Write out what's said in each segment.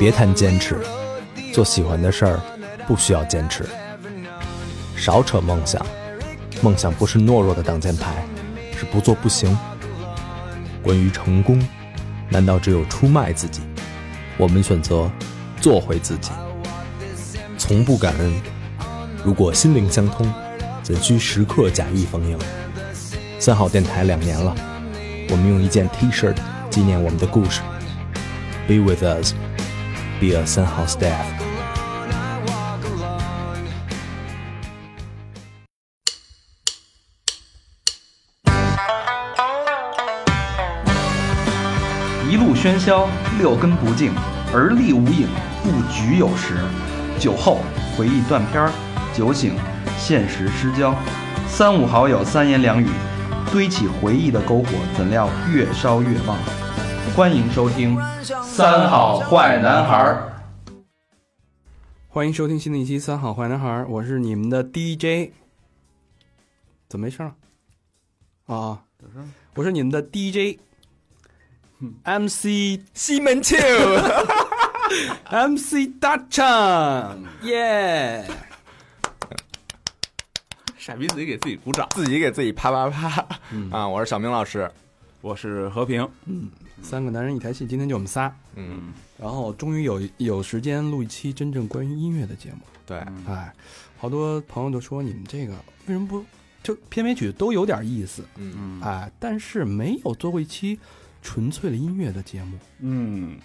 别谈坚持，做喜欢的事儿不需要坚持。少扯梦想，梦想不是懦弱的挡箭牌，是不做不行。关于成功，难道只有出卖自己？我们选择做回自己，从不感恩。如果心灵相通，怎需时刻假意逢迎？三好电台两年了，我们用一件 T 恤纪念我们的故事。Be with us, be a 三好 staff。一路喧嚣，六根不净，而立无影，不局有时。酒后回忆断片儿，酒醒现实失焦。三五好友三言两语，堆起回忆的篝火，怎料越烧越旺。欢迎收听《三好坏男孩儿》。欢迎收听新的一期《三好坏男孩》，我是你们的 DJ，怎么没声了？啊，我是你们的 DJ。MC 西门庆，MC 大唱，耶！傻逼自己给自己鼓掌， 自己给自己啪啪啪、啊！我是小明老师，我是和平，三个男人一台戏，今天就我们仨，嗯，然后终于有有时间录一期真正关于音乐的节目。对，哎，好多朋友就说你们这个为什么不就片尾曲都有点意思，嗯，哎，但是没有做过一期纯粹的音乐的节目。嗯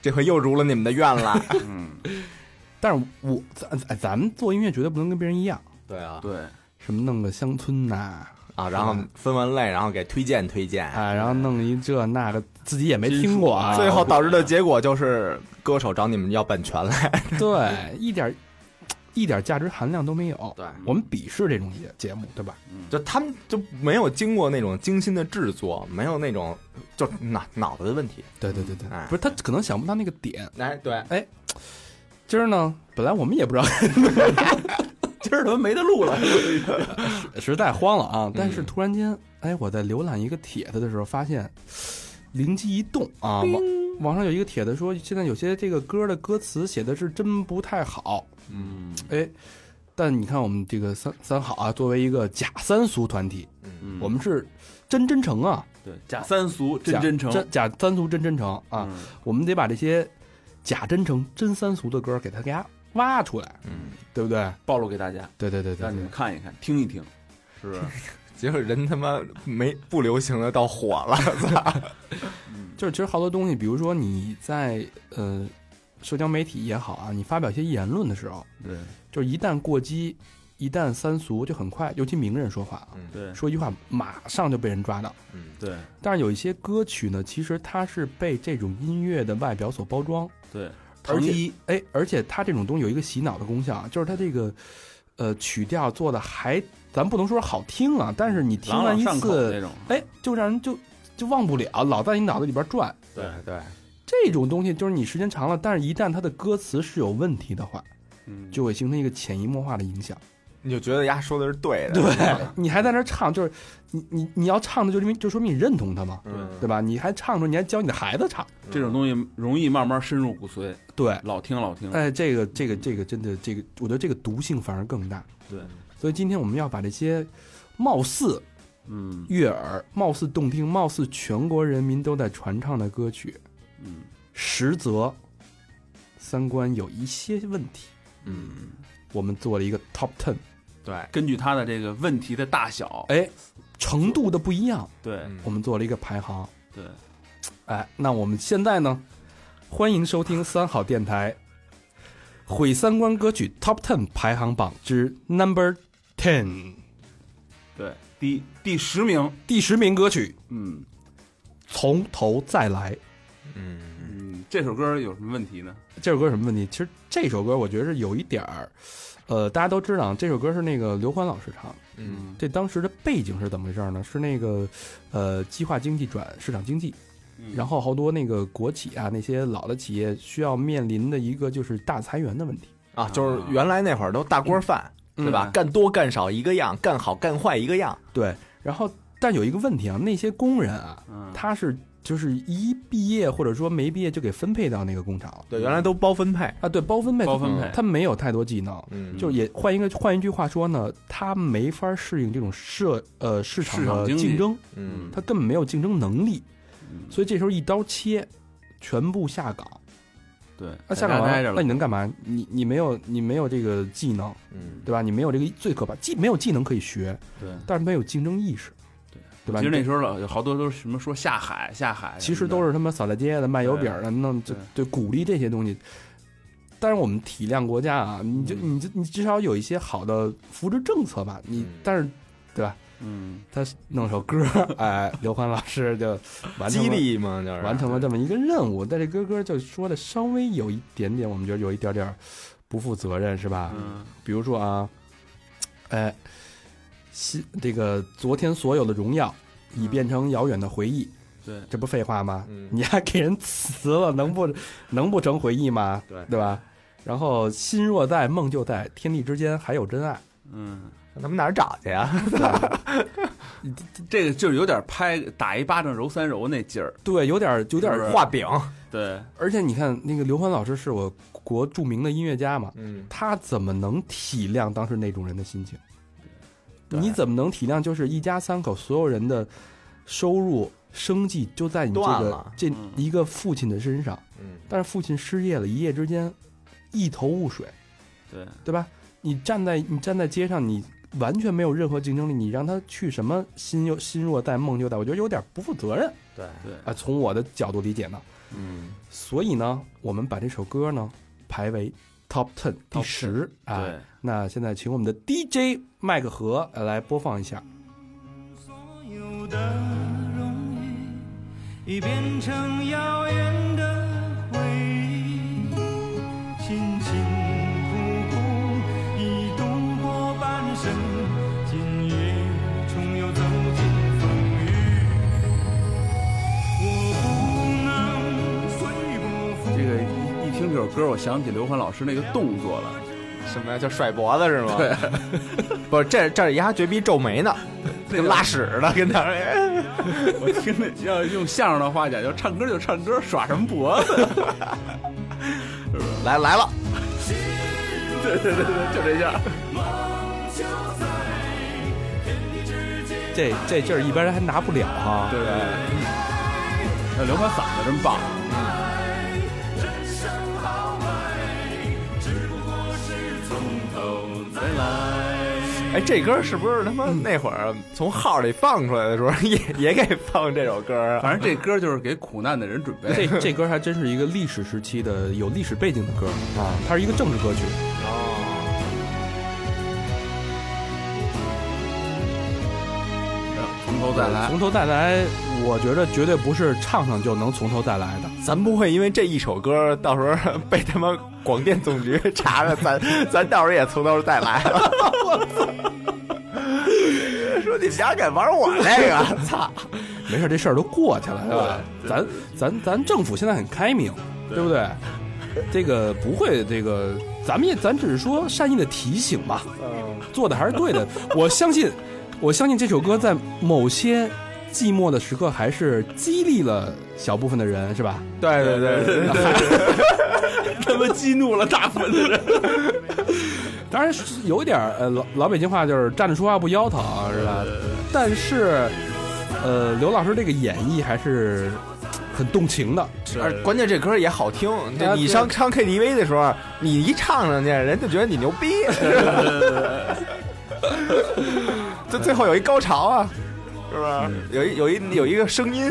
这回又如了你们的愿 了。嗯，但是我咱咱咱们做音乐绝对不能跟别人一样，对啊，对，什么弄个乡村呐、啊，然后分完类，然后给推荐推荐，哎，然后弄一这那个，自己也没听过啊。最后导致的结果就是歌手找你们要版权来。对，一点一点价值含量都没有。对我们鄙视这种节节目，对吧？就他们就没有经过那种精心的制作，没有那种就脑脑子的问题。对对对对，哎不是他可能想不到那个点。哎，对，今儿呢，本来我们也不知道， 今儿他妈没得录了， 实在慌了嗯啊。但是突然间，哎，我在浏览一个帖子的时候，发现灵机一动啊，网网上有一个帖子说，现在有些这个歌的歌词写的是真不太好。嗯哎，但你看我们这个三三好啊，作为一个假三俗团体，嗯我们是真真诚啊，对假三俗真假真诚真假三俗真真诚啊，嗯我们得把这些假真诚、真三俗的歌给它给它挖出来，嗯，对不对？暴露给大家，对对对对让你对们，看一看，听一听，是不是？结果人他妈没不流行的到火了，就是其实好多东西，比如说你在呃社交媒体也好啊，你发表一些言论的时候，对就是一旦过激，一旦三俗，就很快，尤其名人说话啊，对说一句话马上就被人抓到。 嗯，对但是有一些歌曲呢，其实它是被这种音乐的外表所包装，对，而唐且一哎，而且它这种东西有一个洗脑的功效啊，就是它这个呃曲调做的还，咱不能说好听啊，但是你听朗完朗一上口的那次，种，哎，就让人就就忘不了，老在你脑子里边转。对对，这种东西就是你时间长了，但是一旦它的歌词是有问题的话，嗯就会形成一个潜移默化的影响。你就觉得丫说的是对的，对你还在那儿唱，就是你你你要唱的，就因为就说明你认同它嘛，嗯，对吧？你还唱着，你还教你的孩子唱，这种东西容易慢慢深入骨髓，对，老听老听，哎，这个这个这个真的这个，我觉得这个毒性反而更大。对，嗯所以今天我们要把这些貌似嗯悦耳、貌似动听、貌似全国人民都在传唱的歌曲，嗯实则三观有一些问题。嗯，我们做了一个 top ten，对，根据他的这个问题的大小，哎，嗯程度的不一样，对我们做了一个排行。对，哎，那我们现在呢，欢迎收听三好电台毁三观歌曲 top ten 排行榜之 number ten 对，第第十名，第十名歌曲。嗯从头再来。嗯。嗯，这首歌有什么问题呢？这首歌有什么问题？其实这首歌我觉得是有一点儿，呃，大家都知道这首歌是那个刘欢老师唱的。嗯这当时的背景是怎么回事呢？是那个，呃，计划经济转市场经济，嗯然后好多那个国企啊，那些老的企业需要面临的一个就是大裁员的问题。啊，就是原来那会儿都大锅饭，嗯对吧？干多干少一个样，干好干坏一个样。对，然后但有一个问题啊，那些工人啊，嗯，他是就是一毕业或者说没毕业就给分配到那个工厂了对，原来都包分配，啊，对，包分配，包分配他没有太多技能，嗯，就也换一个换一句话说呢，他没法适应这种社呃市场市场的经济竞争，嗯他根本没有竞争能力，嗯所以这时候一刀切，全部下岗。对，那啊下在岗家完待了，着哎了那你能干嘛？你你没有你没有这个技能，嗯，对吧？你没有这个最可怕技没有技能可以学，对。但是没有竞争意识，对对吧？其实你这那时候老有好多都是什么说下海下海什么的，其实都是他妈扫大街的、卖油饼的，弄就对鼓励这些东西。但是我们体谅国家啊，你就嗯你就你至少有一些好的扶持政策吧。你嗯但是嗯，他弄首歌，哎，刘欢老师就完成激了励嘛，就是完成了这么一个任务，但这歌歌就说的稍微有一点点，我们觉得有一点点不负责任，是吧？嗯，比如说啊，哎，西这个昨天所有的荣耀已变成遥远的回忆，对，这不废话吗？嗯你还给人辞了，能不 能不成回忆吗？对对吧？然后心若在，梦就在，天地之间还有真爱。嗯，他们哪儿找去啊呀？这个就是有点拍打一巴掌揉三揉那劲儿，对，有点有点是不是画饼，对，而且你看，那个刘欢老师是我国著名的音乐家嘛，嗯，他怎么能体谅当时那种人的心情？对你怎么能体谅？就是一家三口所有人的收入、生计就在你这断个了这嗯一个父亲的身上，嗯但是父亲失业了，一夜之间一头雾水，对，对吧？你站在你站在街上，你完全没有任何竞争力，你让他去什么心又心若在梦就在，我觉得有点不负责任对，对，啊。从我的角度理解呢，嗯所以呢，我们把这首歌呢排为 Top Ten 第 Top 十啊。对，那现在请我们的 DJ 麦克和呃来播放一下。所有的荣誉已变成遥远的回忆，辛辛苦苦已度过半生，今夜终又走进风雨。我不能随波浮这个一一听这首歌，我想起刘欢老师那个动作了，什么呀？叫甩脖子是吗？对， 不是这这丫绝逼皱眉呢，跟拉屎呢，跟那儿哎我听那要用相声的话讲，就唱歌就唱歌，耍什么脖子？ 来来了，对对对对，就这样。这这劲儿一般人还拿不了啊。对对对，那刘欢嗓子真棒，哎，这歌是不是他妈那会儿从号里放出来的时候 也也给放这首歌啊？反正这歌就是给苦难的人准备。这这歌还真是一个历史时期的有历史背景的歌啊，它是一个政治歌曲。从头再来，从头再来，我觉得绝对不是唱唱就能从头再来的。咱不会因为这一首歌到时候 被他妈广电总局查了，咱 咱到时候也从头再来 了。说你们俩敢玩 我这个，操！没事，这事儿都过去了，对吧？咱咱咱政府现在很开明，对不对？这个不会，这个咱们也咱只是说善意的提醒吧，嗯做的还是对的。我相信，我相信这首歌在某些寂寞的时刻还是激励了小部分的人，是吧？对对对对对，他妈激怒了大部分的人。 当然是有一点儿呃老老北京话就是站着说话不腰疼，是吧？但是，呃，刘老师这个演绎还是很动情的，而关键这歌也好听，这你上上 KTV 的时候，你一唱上去，人就觉得你牛逼。 这最后有一高潮啊，是不是？有一有一有一个声音，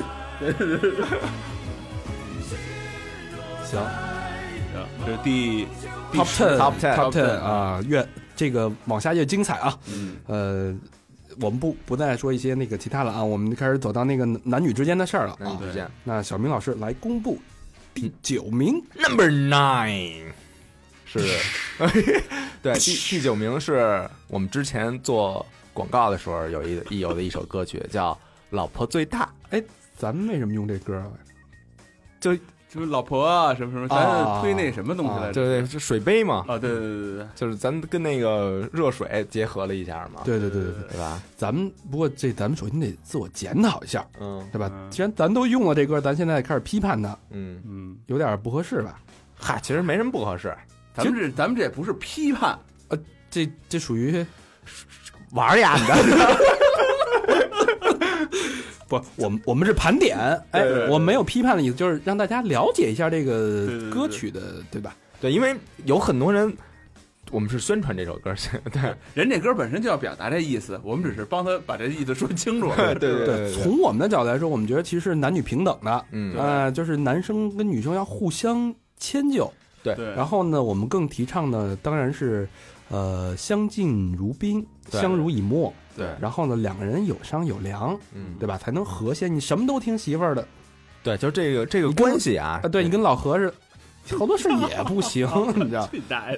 行。这是第 Top 十 Ten Top Ten Top Ten 啊，越这个往下越精彩啊。嗯呃，我们不不再说一些那个其他了啊，我们就开始走到那个男女之间的事儿了那啊你。就这样那小明老师来公布第九名， Number Nine 是，对，第第九名是我们之前做广告的时候有一一有的一首歌曲叫《老婆最大》，哎，咱们为什么用这歌啊？就就是老婆啊什么什么，啊咱推那什么东西来对着？对，这水杯嘛，啊，对对对对对，就是咱跟那个热水结合了一下嘛，对对对对对，对吧？咱们不过这咱们首先得自我检讨一下，嗯对吧？嗯既然咱都用了这歌，咱现在开始批判它，嗯，嗯，有点不合适吧？嗨，其实没什么不合适，咱们这咱们这也不是批判，这这属于 玩呀你的，不，我们我们是盘点，哎，对对对我没有批判的意思，就是让大家了解一下这对对个对歌曲的，对吧？对，因为有很多人，我们是宣传这首歌，对人这歌本身就要表达这意思，我们只是帮他把这意思说清楚。对对对对，从我们的角度来说，我们觉得其实是男女平等的， 嗯呃，就是男生跟女生要互相迁就。对，然后呢，我们更提倡的当然是，呃，相敬如宾，对相濡以沫。对然后呢，两个人有商有量，嗯对吧？才能和谐。你什么都听媳妇儿的对，就是这个这个关系啊啊，，对你跟老何是，好多事也不 行，你知道？最大爷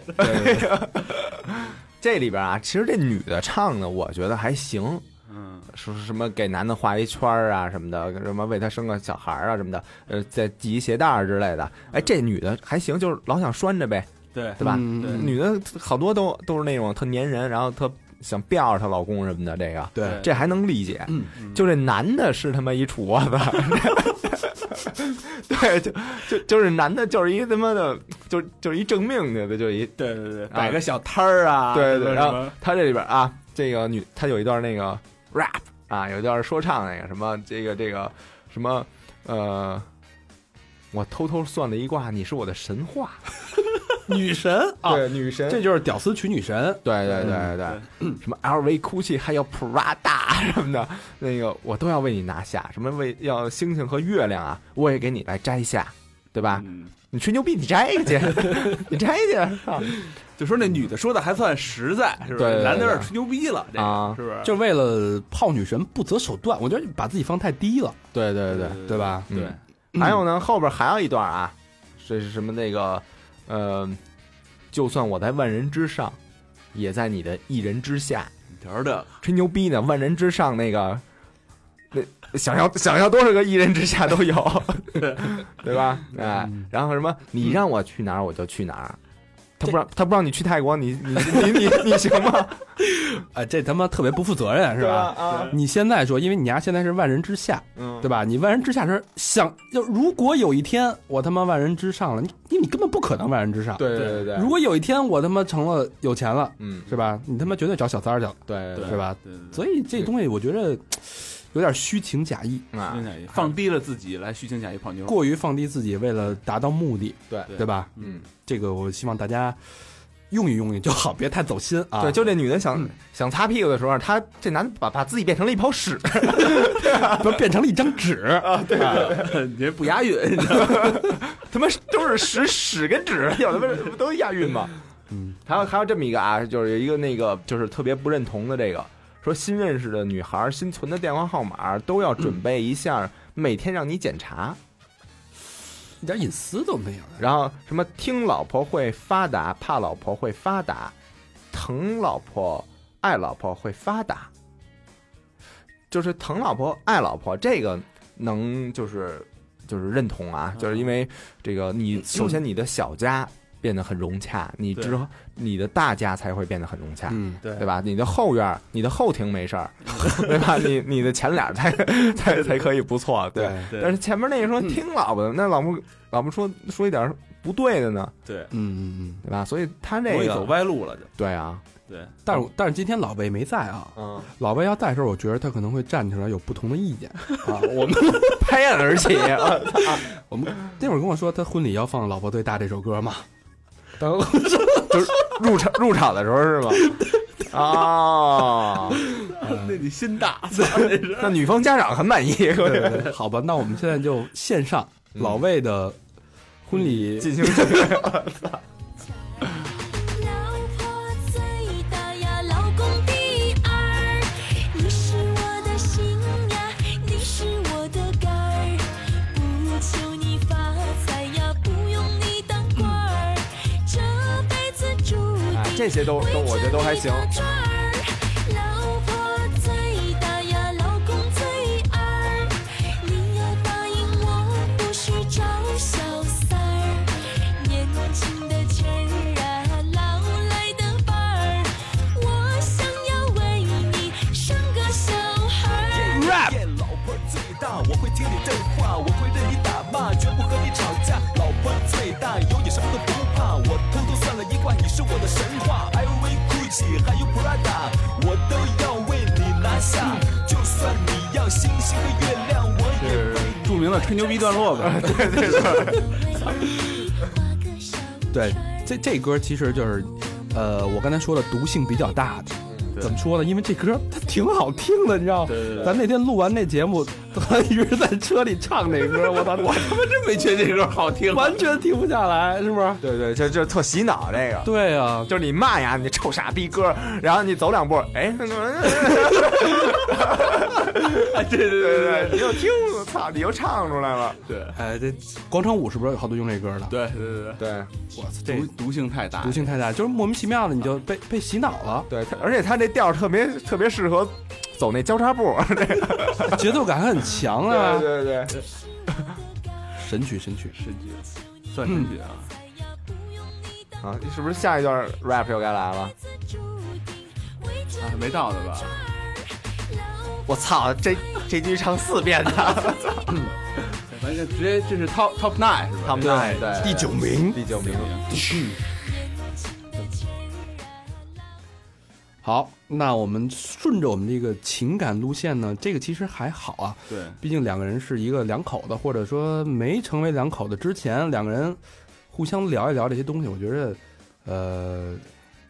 的， 这里边啊，其实这女的唱的，我觉得还行，嗯，说是什么给男的画一圈儿啊什么的，什么为他生个小孩儿啊什么的，呃，再系一鞋带儿之类的。哎，这女的还行，就是老想拴着呗，对对吧？嗯对女的好多都都是那种特粘人，然后特想吊着她老公什么的，这个对这还能理解。嗯就这男的是他妈一杵窝子， 对， 就就就是男的，就是一他妈的，就就是一正命去的，就一对对对，啊摆个小摊儿啊，对对什对，么然什后么他这里边啊，这个女她有一段那个 rap 啊，有一段说唱那个什么这个这个什么呃，我偷偷算了一卦，你是我的神话，女神啊，对女神，这就是屌丝娶女神。对对对对嗯对，什么 LV、GUCCI 还有 Prada 什么的，那个我都要为你拿下，什么为要星星和月亮啊，我也给你来摘下，对吧？嗯你吹牛逼，你摘去，你摘去啊！就说那女的说的还算实在，是不对对是？对男的有点吹牛逼了，这啊个是不是？就为了泡女神不择手段，我觉得把自己放太低了，对对对。对吧？对，还有呢，后边还有一段啊，这是什么那个，呃，就算我在万人之上，也在你的一人之下。条的吹牛逼呢，万人之上那个，那想要想要多少个一人之下都有，对吧？哎，嗯然后什么，你让我去哪儿我就去哪儿。他不让他不让你去泰国，你你你你你行吗？哎，这他妈特别不负责任，是吧？啊，你现在说，因为你丫现在是万人之下，嗯，对吧？你万人之下是想，就如果有一天我他妈万人之上了，你你你根本不可能万人之上。，对对对对，如果有一天我他妈成了有钱了，嗯， 是吧？你他妈绝对找小三儿去了，对是吧？对对所以这东西我觉得有点虚情假意，对啊虚情，假意，呃放低了自己来虚情假意泡妞，过于放低自己，为了达到目的，嗯对对吧？嗯，这个我希望大家用一用一就好，别太走心啊。对，就这女的想想擦屁股的时候，她这男的把把自己变成了一泡屎，不是变成了一张纸。啊你这不押韵，你知道吗他妈都是屎屎跟纸，有他妈不都押韵吗？嗯，还有还有这么一个啊，就是有一个那个就是特别不认同的这个，说新认识的女孩新存的电话号码都要准备一下，每天让你检查，一点隐私都没有。啊然后什么听老婆会发达，怕老婆会发达，疼老婆爱老婆会发达，就是疼老婆爱老婆这个能就是就是认同啊，就是因为这个你首先你的小家变得很融洽，你之后你的大家才会变得很融洽。嗯，对对吧？你的后院儿，你的后庭没事儿，对吧？你你的前脸儿才才才可以不错，对。嗯对但是前面那个说听老婆的，那老婆老婆说说一点不对的呢，对，嗯嗯嗯。对吧？所以他容这易走个歪路了就，对啊，对，但是但是今天老魏没在啊，嗯，老魏要在的时候，我觉得他可能会站起来有不同的意见啊。我们 拍案而起，啊我们那会儿跟我说他婚礼要放《老婆最大》这首歌嘛，就是入场入场的时候是吗？啊，那你心大，那女方家长很满意，好吧，那我们现在就线上老魏的婚礼， 嗯进行老婆最大呀，老公第二，你是我的心呀，你是我的肝儿，不求你发财呀，不用你当官儿，这辈子注啊，定。这些都都我觉得都还行，老婆最大呀，老公最二，你要答应我，不许找小是我的神话。艾薇、GUCCI 还有 Prada，我都要为你拿下。就算你要星星和月亮，我也是著名的吹牛逼段落呗。对，这这歌其实就是，呃，我刚才说的毒性比较大的。嗯怎么说呢？因为这歌它挺好听的，你知道吗？咱那天录完那节目，他一直在车里唱这歌，我操，我他妈真没觉得这歌好听，完全停不下来，是不是？对对，就就特洗脑这个。对啊，就是你骂呀，你这臭傻逼哥，然后你走两步，哎， 对对对对，你又听，操，你又唱出来了。哎，这广场舞是不是有好多用这歌的？对对对对对，毒毒性太大毒。性太大，就是莫名其妙的你就被被洗脑了，对，他而且他这调儿特别特别适合走那交叉步。 节奏感很强啊，对对，神曲神曲，神曲，算神曲啊！啊，是不是下一段 rap 又该来了？啊，还没到呢吧？我操，这这句唱四遍的，咱就直接这是 top top nine 是吧？他们对对第九名。第九名，好，那我们顺着我们这个情感路线呢，这个其实还好啊，对，毕竟两个人是一个两口子，或者说没成为两口子之前，两个人互相聊一聊这些东西，我觉得，呃，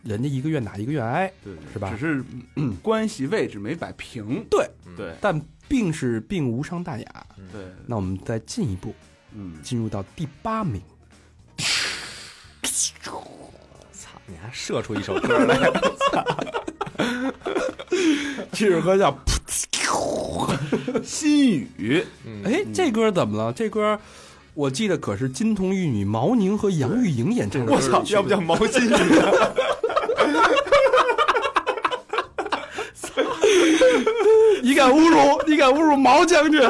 人家一个愿打一个愿挨，对是吧只是嗯关系位置没摆平。对对但并是并无伤大雅。嗯对，那我们再进一步，嗯，进入到第八 名，操，你还射出一首歌来，这首歌叫心 语哎，这歌怎么了？这歌我记得可是金童玉女毛宁和杨钰莹演唱的。 我操，要不叫毛巾 雨？你敢侮辱？你敢侮辱毛将军？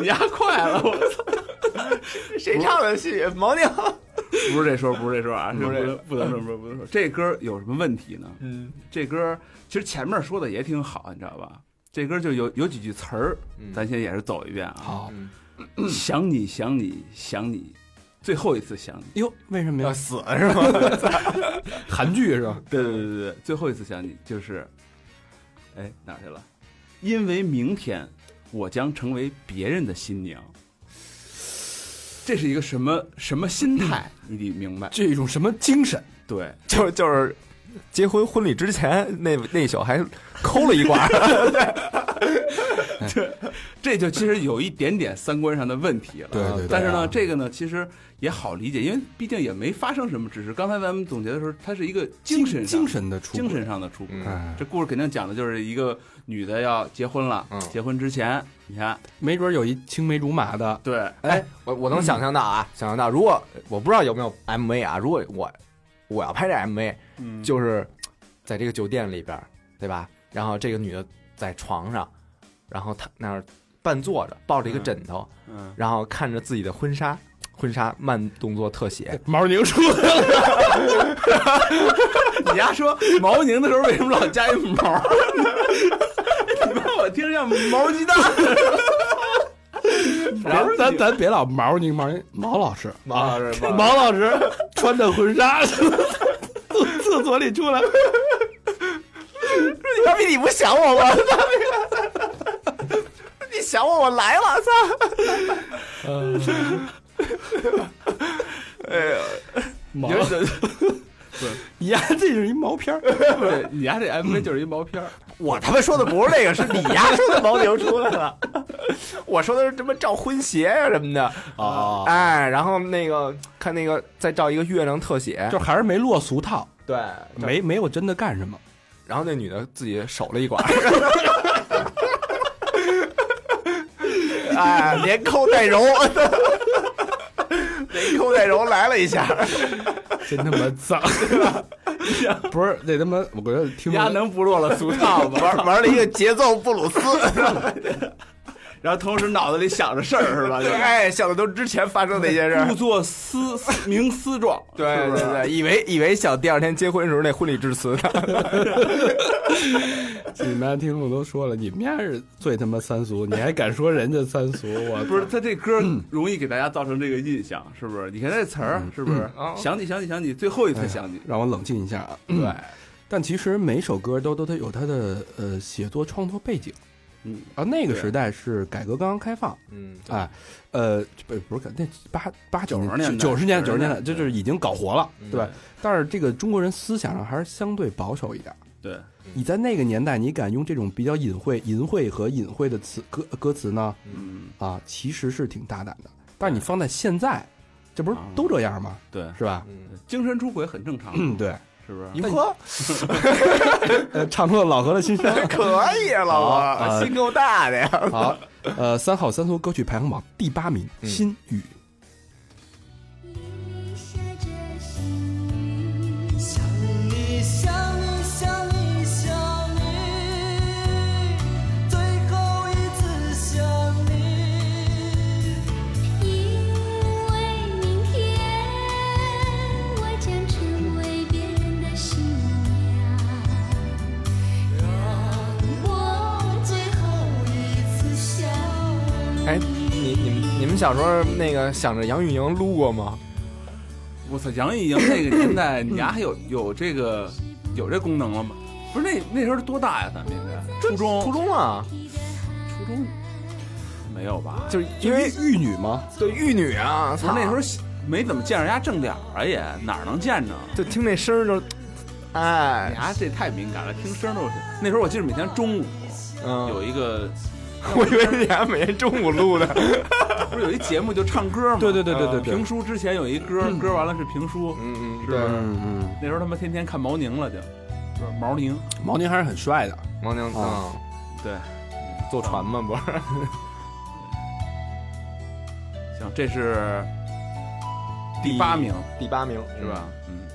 你丫快了，我操！谁唱的戏？毛宁。 不是这说，不是这说啊，不是这这不能不能说，不能说。这歌有什么问题呢？嗯，这歌其实前面说的也挺好，你知道吧？这歌就有有几句词儿，咱先也是走一遍啊。好想你想你想你，最后一次想你。哟，为什么呀？死是吗？ 韩剧是吧？ 对对对对对，最后一次想你就是，哎哪儿去了？因为明天我将成为别人的新娘。这是一个什么什么心态？你得明白。这种什么精神？对，就就是结婚婚礼之前那那一宿还抠了一卦，这就其实有一点点三观上的问题了。对对对但是啊呢，这个呢，其实也好理解，因为毕竟也没发生什么，只是刚才咱们总结的时候，它是一个精神上精神的出轨精神上的出嗯轨。哎这故事肯定讲的就是一个女的要结婚了，嗯结婚之前，你看，没准有一青梅竹马的，对，哎， 我我能想象到啊，想象到，如果我不知道有没有 MV 啊，如果我我要拍这 MV，、就是在这个酒店里边儿，对吧？然后这个女的在床上，然后她那儿半坐着，抱着一个枕头，嗯，然后看着自己的婚纱，婚纱慢动作特 写，毛宁说的。 你丫说毛宁的时候为什么老加一毛儿？你妈，我听着像毛鸡蛋。然后咱咱咱别老毛宁毛宁毛老师，毛老师毛老师穿着婚纱从厕所里出来，你妈逼你不想我 吗？你想我，我来了，操！毛 老 师，你呀，这是一毛片儿。对你丫这 MV 就是一毛片儿，我他妈说的不是这个，是你呀说的牦牛出来 了。我说的是什么照婚鞋呀、什么的。哦，哎，然后那个看那个再照一个月亮特写，就还是没落俗套，对，没没有真的干什么。然后那女的自己手了一管。 哎，连抠带 揉，连抠带揉来了一下。真他妈脏！ 不是，那他妈，我觉得听丫众能不落了俗套吗？玩玩了一个节奏布鲁斯， 然后同时脑子里想着事儿是吧？就对，是哎，想的都是之前发生的一些事儿故。作思思明思状，对对对，以为以为想第二天结婚时候那婚礼致辞呢。 你们家听众都说了，你们家是最他妈三俗，你还敢说人家三 俗？我不是他这歌容易给大家造成这个印象，是不是？你看这词儿是不是？想你想你想你，最后一次想你，让我冷静一下啊。对，但其实每首歌都都它有它的呃写作创作背景，嗯啊，那个对时代是改革刚刚开放，嗯，哎，呃，不不是那八八九90年代九十年90九十年代，年代这就是已经搞活了，嗯对吧？但是这个中国人思想上还是相对保守一点。对，你在那个年代，你敢用这种比较隐晦、淫秽和隐晦的词歌歌词呢？嗯，啊，其实是挺大胆的。但是你放在现在，这不是都这样吗？对，是吧？嗯精神出轨很正常，嗯， 对。是不是？你喝呃， 唱出了老何的心声。 可以啊，老好婆，呃心够大的呀。好，呃，三好三俗歌曲排行榜第八名，嗯心雨》。你下着心雨，想你想你想你想你，最后一次想你。因为明天我将成为别人的新娘，让我最后一次想你。哎，你你们你们小时候那个想着杨钰莹撸过吗？我操，杨钰莹那个年代，你丫还有有这个有这功能了吗？不是那那时候多大呀？咱们应该初中初中啊，初中没有吧？就是因为玉女吗？对玉女啊，不操是那时候没怎么见着人家正点儿啊，也哪儿能见着？就听那声儿就，哎，呀，这太敏感了，听声儿都是。那时候我记得每天中午有嗯，一个，我以为你还每天中午录的，不是有一节目就唱歌吗？对对对对对对评。书之前有一歌，歌完了是评书。嗯嗯，是对，吧嗯嗯，那时候他妈天天看毛宁了就，是吧毛宁，毛宁还是很帅的。王宁啊嗯，对，坐船嘛不是？行，这是第八名第八名是？吧？嗯，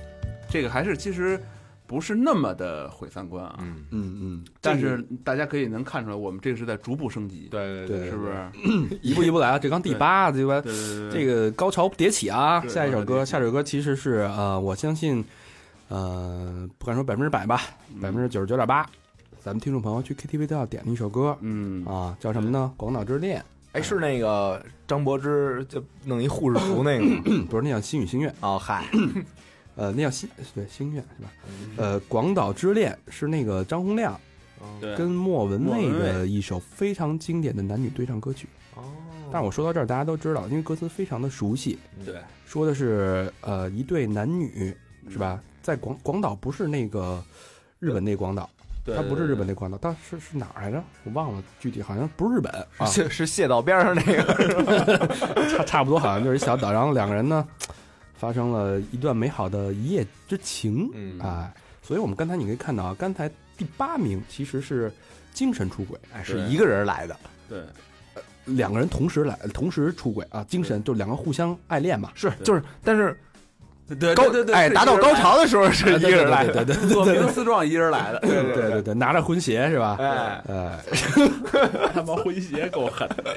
这个还是其实不是那么的毁三观啊，嗯，嗯嗯，但是大家可以能看出来，我们这个是在逐步升级，对对是不是？一步一步来啊，这刚第八，这吧？对对对这对，个高潮迭起啊！对下一首高歌，潮迭起下一首歌其实是呃，我相信，呃，不敢说百分之百吧，百分之九十九点八，咱们听众朋友去 KTV 都要点的一首歌嗯，啊，叫什么呢？《广岛之恋哎，是那个张柏芝就弄一护士服那个吗》不是那叫《心语心愿》，哦，嗨，呃，那叫心对心愿是吧？呃，《广岛之恋》是那个张洪亮对跟莫文蔚莫文的一首非常经典的男女对唱歌曲。哦，但我说到这儿，大家都知道，因为歌词非常的熟悉，对，说的是呃一对男女是吧？在广广岛不是那个日本那广岛，啊对它不是日本那广岛，它是是哪儿来着？我忘了具体，好像不是日本 啊，是是蟹岛边上那个，差差不多 好像就是一小岛。然后两个人呢，发生了一段美好的一夜之情，嗯哎，所以我们刚才你可以看到啊，刚才第八名其实是精神出轨，哎是一个人来的，对，两个人同时来同时出轨啊，精神就两个互相爱恋嘛，是对就是，但是对高对对，哎是达到一人高来潮的时候是一个人来的，对对 的， 做明思状一人来的，对对对对，拿着婚鞋是吧？哎，呃，他妈诙谐够狠的，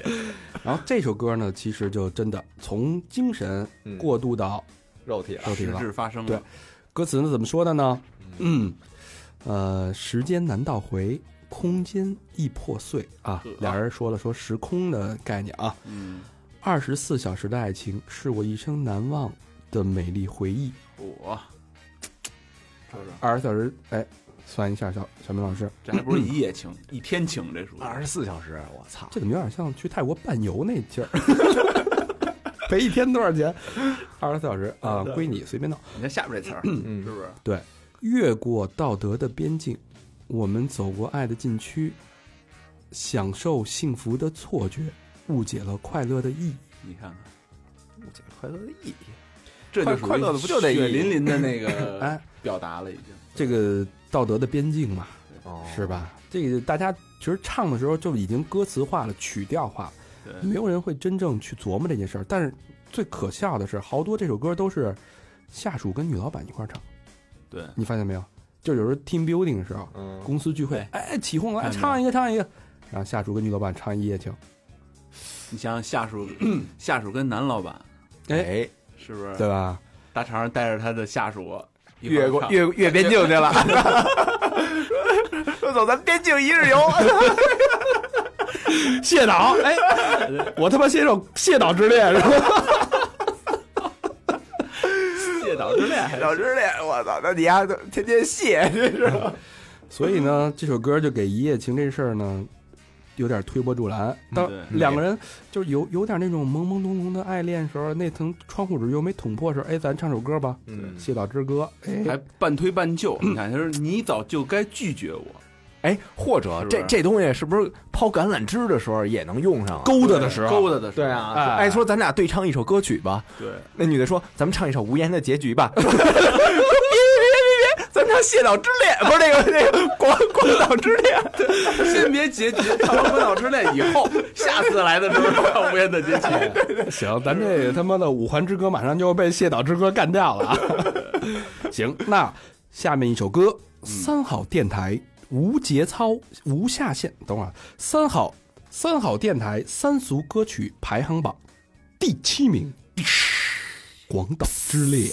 然后这首歌呢，其实就真的从精神嗯过渡到肉体了，肉体实了。质发生对了，歌词呢怎么说的呢？嗯，呃，时间难倒回，空间易破碎啊呵。俩人说了说时空的概念啊。嗯，二十四小时的爱情是我一生难忘的美丽回忆。我二十四小时，哎，算一下，小小明老师，这还不是一夜情，一天情，这属于嗯二十四小时，我操，这怎么有点像去泰国伴游那劲儿？ 赔一天多少钱？二十四小时啊、归你，随便闹。你看下面这词儿，嗯是不是？对，越过道德的边境，我们走过爱的禁区，享受幸福的错觉，误解了快乐的意义。你看看，快乐的意义，这就属嗯于快乐的不就这意义血淋淋的那个 哎表达了，已经。这个道德的边境嘛，哦是吧？这个大家其实唱的时候就已经歌词化了、曲调化了，对没有人会真正去琢磨这件事儿。但是最可笑的是，好多这首歌都是下属跟女老板一块儿唱，对，你发现没有？就有时候 team building 的时候，嗯，哎公司聚会，哎，起哄来唱一个，唱一个，然后下属跟女老板唱一夜情，你想想 下属下属跟男老板哎，是不是？对吧？大肠带着他的下属一块儿越过上越越边境去了，说 走，咱边境一日游。 谢导，哎，我他妈写首《谢导之恋》是吧？谢导之恋，老师的，我操，那你丫都天天谢，这是所以呢，这首歌就给一夜情这事儿呢，有点推波助澜。当嗯对两个人就是有有点那种懵懵懂懂的爱恋时候，那层窗户纸又没捅破时候，哎，咱唱首歌吧，嗯《谢导之歌》。还哎，半推半就。你看，就是你早就该拒绝我，哎，或者是不是这这东西是不是抛橄榄枝的时候也能用上啊？勾搭的时候，勾搭的时对候啊，哎哎，说咱俩对唱一首歌曲吧。对，那女的说：“咱们唱一首《无言的结局》吧。” 说：“别别别别别，咱们唱《谢导之恋》，不是那个那个广广岛之恋。先别结局，唱完《关岛之恋》以后，下次来的时候唱《无言的结局》。行，咱这他妈的五环之歌马上就要被谢导之歌干掉了。啊！ 行，那下面一首歌，三好电台无节操无下限。等会儿啊，三好三好电台三俗歌曲排行榜第七名，《广岛之恋》。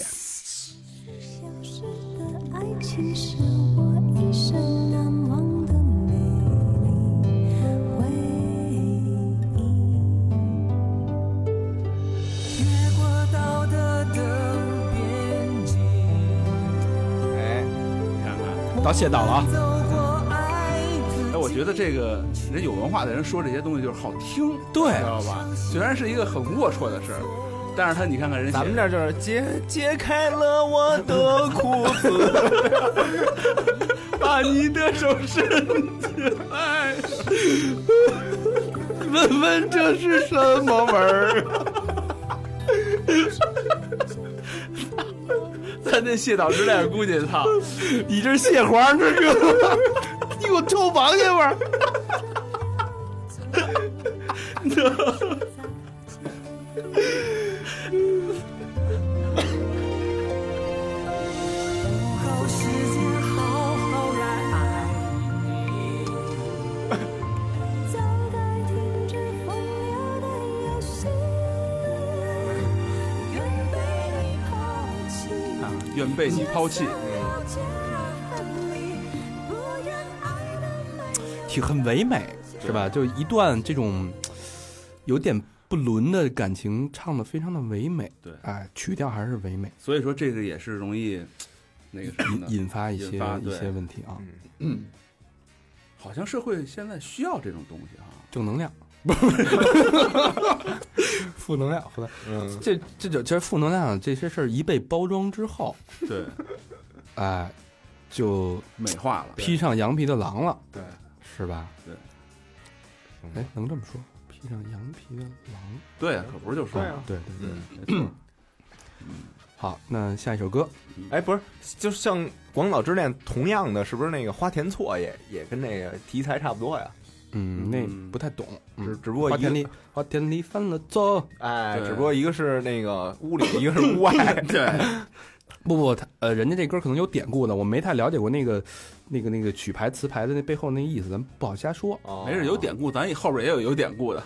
消失的爱情是我一生难忘的美丽回忆。越过道德的边界，看看，到谢导了啊！走过爱哎，我觉得这个人有文化的人说这些东西就是好听，对知道吧？虽然是一个很龌龊的事儿，但是他你看看人写的，咱们这就是解解开了我的苦涩。把啊你的手伸进来，问问这是什么味儿？咱那谢导之恋，估计操，你这是蟹黄之歌，你给我抽螃蟹味儿。后，时间好好来爱你。早该停止风流的游戏，愿被你抛弃，愿被你抛嗯弃。了解恨你，不愿爱的美。挺很唯美，是吧？就一段这种有点不伦的感情，唱的非常的唯美。对哎，曲调还是唯美，所以说这个也是容易那个什么的，嗯引发一些引发一对些问题嗯啊，好像社会现在需要这种东西啊。正能量。 负能量，负能量，这这就其实负能量啊这些事儿一被包装之后，对，哎，就美化了，披上羊皮的狼了，对，是吧？对，哎，能这么说，披上羊皮的狼，对，啊可不是就说对啊对对。嗯，没错好，那下一首歌，哎，不是，就像《广岛之恋》同样的，是不是那个花田错也也跟那个题材差不多呀？嗯，那不太懂，嗯只只不过花一田个里，花田里翻了走。哎，对只不过一个是那个屋里，一个是屋外。对， 不不，他呃，人家这歌可能有典故的，我没太了解过那个、那个、那个曲牌词牌的那背后那意思，咱不好瞎说哦没事，有典故，咱以后边也有有典故的，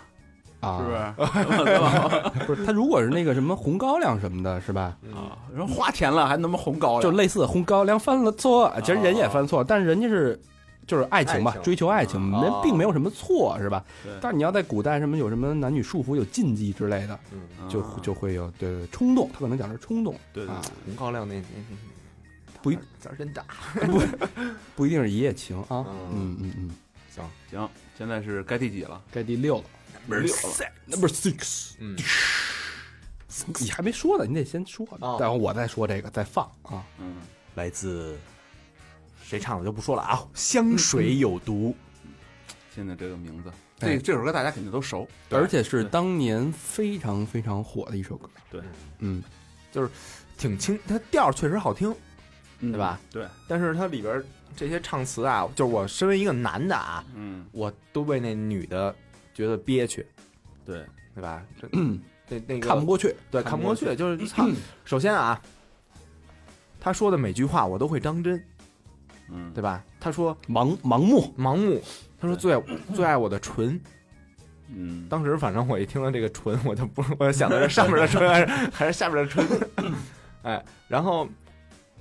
啊，是 不是？不是？他如果是那个什么红高粱什么的，是吧？哦啊，然后花钱了还那么红高就粱，类似红高粱犯了错，其实人也犯错，但是人家是就是爱情吧哦爱，情追求爱情，啊人并没有什么错，是吧对？但是你要在古代什么有什么男女束缚、有禁忌之类的，嗯啊就就会有对对对冲动，他可能讲是冲动，对对啊，红高粱那那那不一字儿真大。 不一定是一夜情啊。嗯，嗯嗯嗯，行。现在是该第几了？该第六了没六了， ，Number Six。嗯，你还没说呢，你得先说，哦然后我再说这个，再放啊。嗯，来自谁唱的就不说了啊。香水有毒，现在这个名字，哎这这首歌大家肯定都熟，而且是当年非常非常火的一首歌。对，嗯，挺清，它调儿确实好听，对对吧？对，但是它里边儿这些唱词啊，就是我身为一个男的啊，嗯，我都为那女的觉得憋屈，对，对吧？这那那个看不过去。对，看不过去，嗯就是操。首先啊，他说的每句话我都会当真，嗯，对吧？他说盲盲目，盲目，他说最爱最爱我的唇，嗯，当时反正我一听到这个唇，我就不，我就想的是上面的唇还是还是下面的唇，哎，然后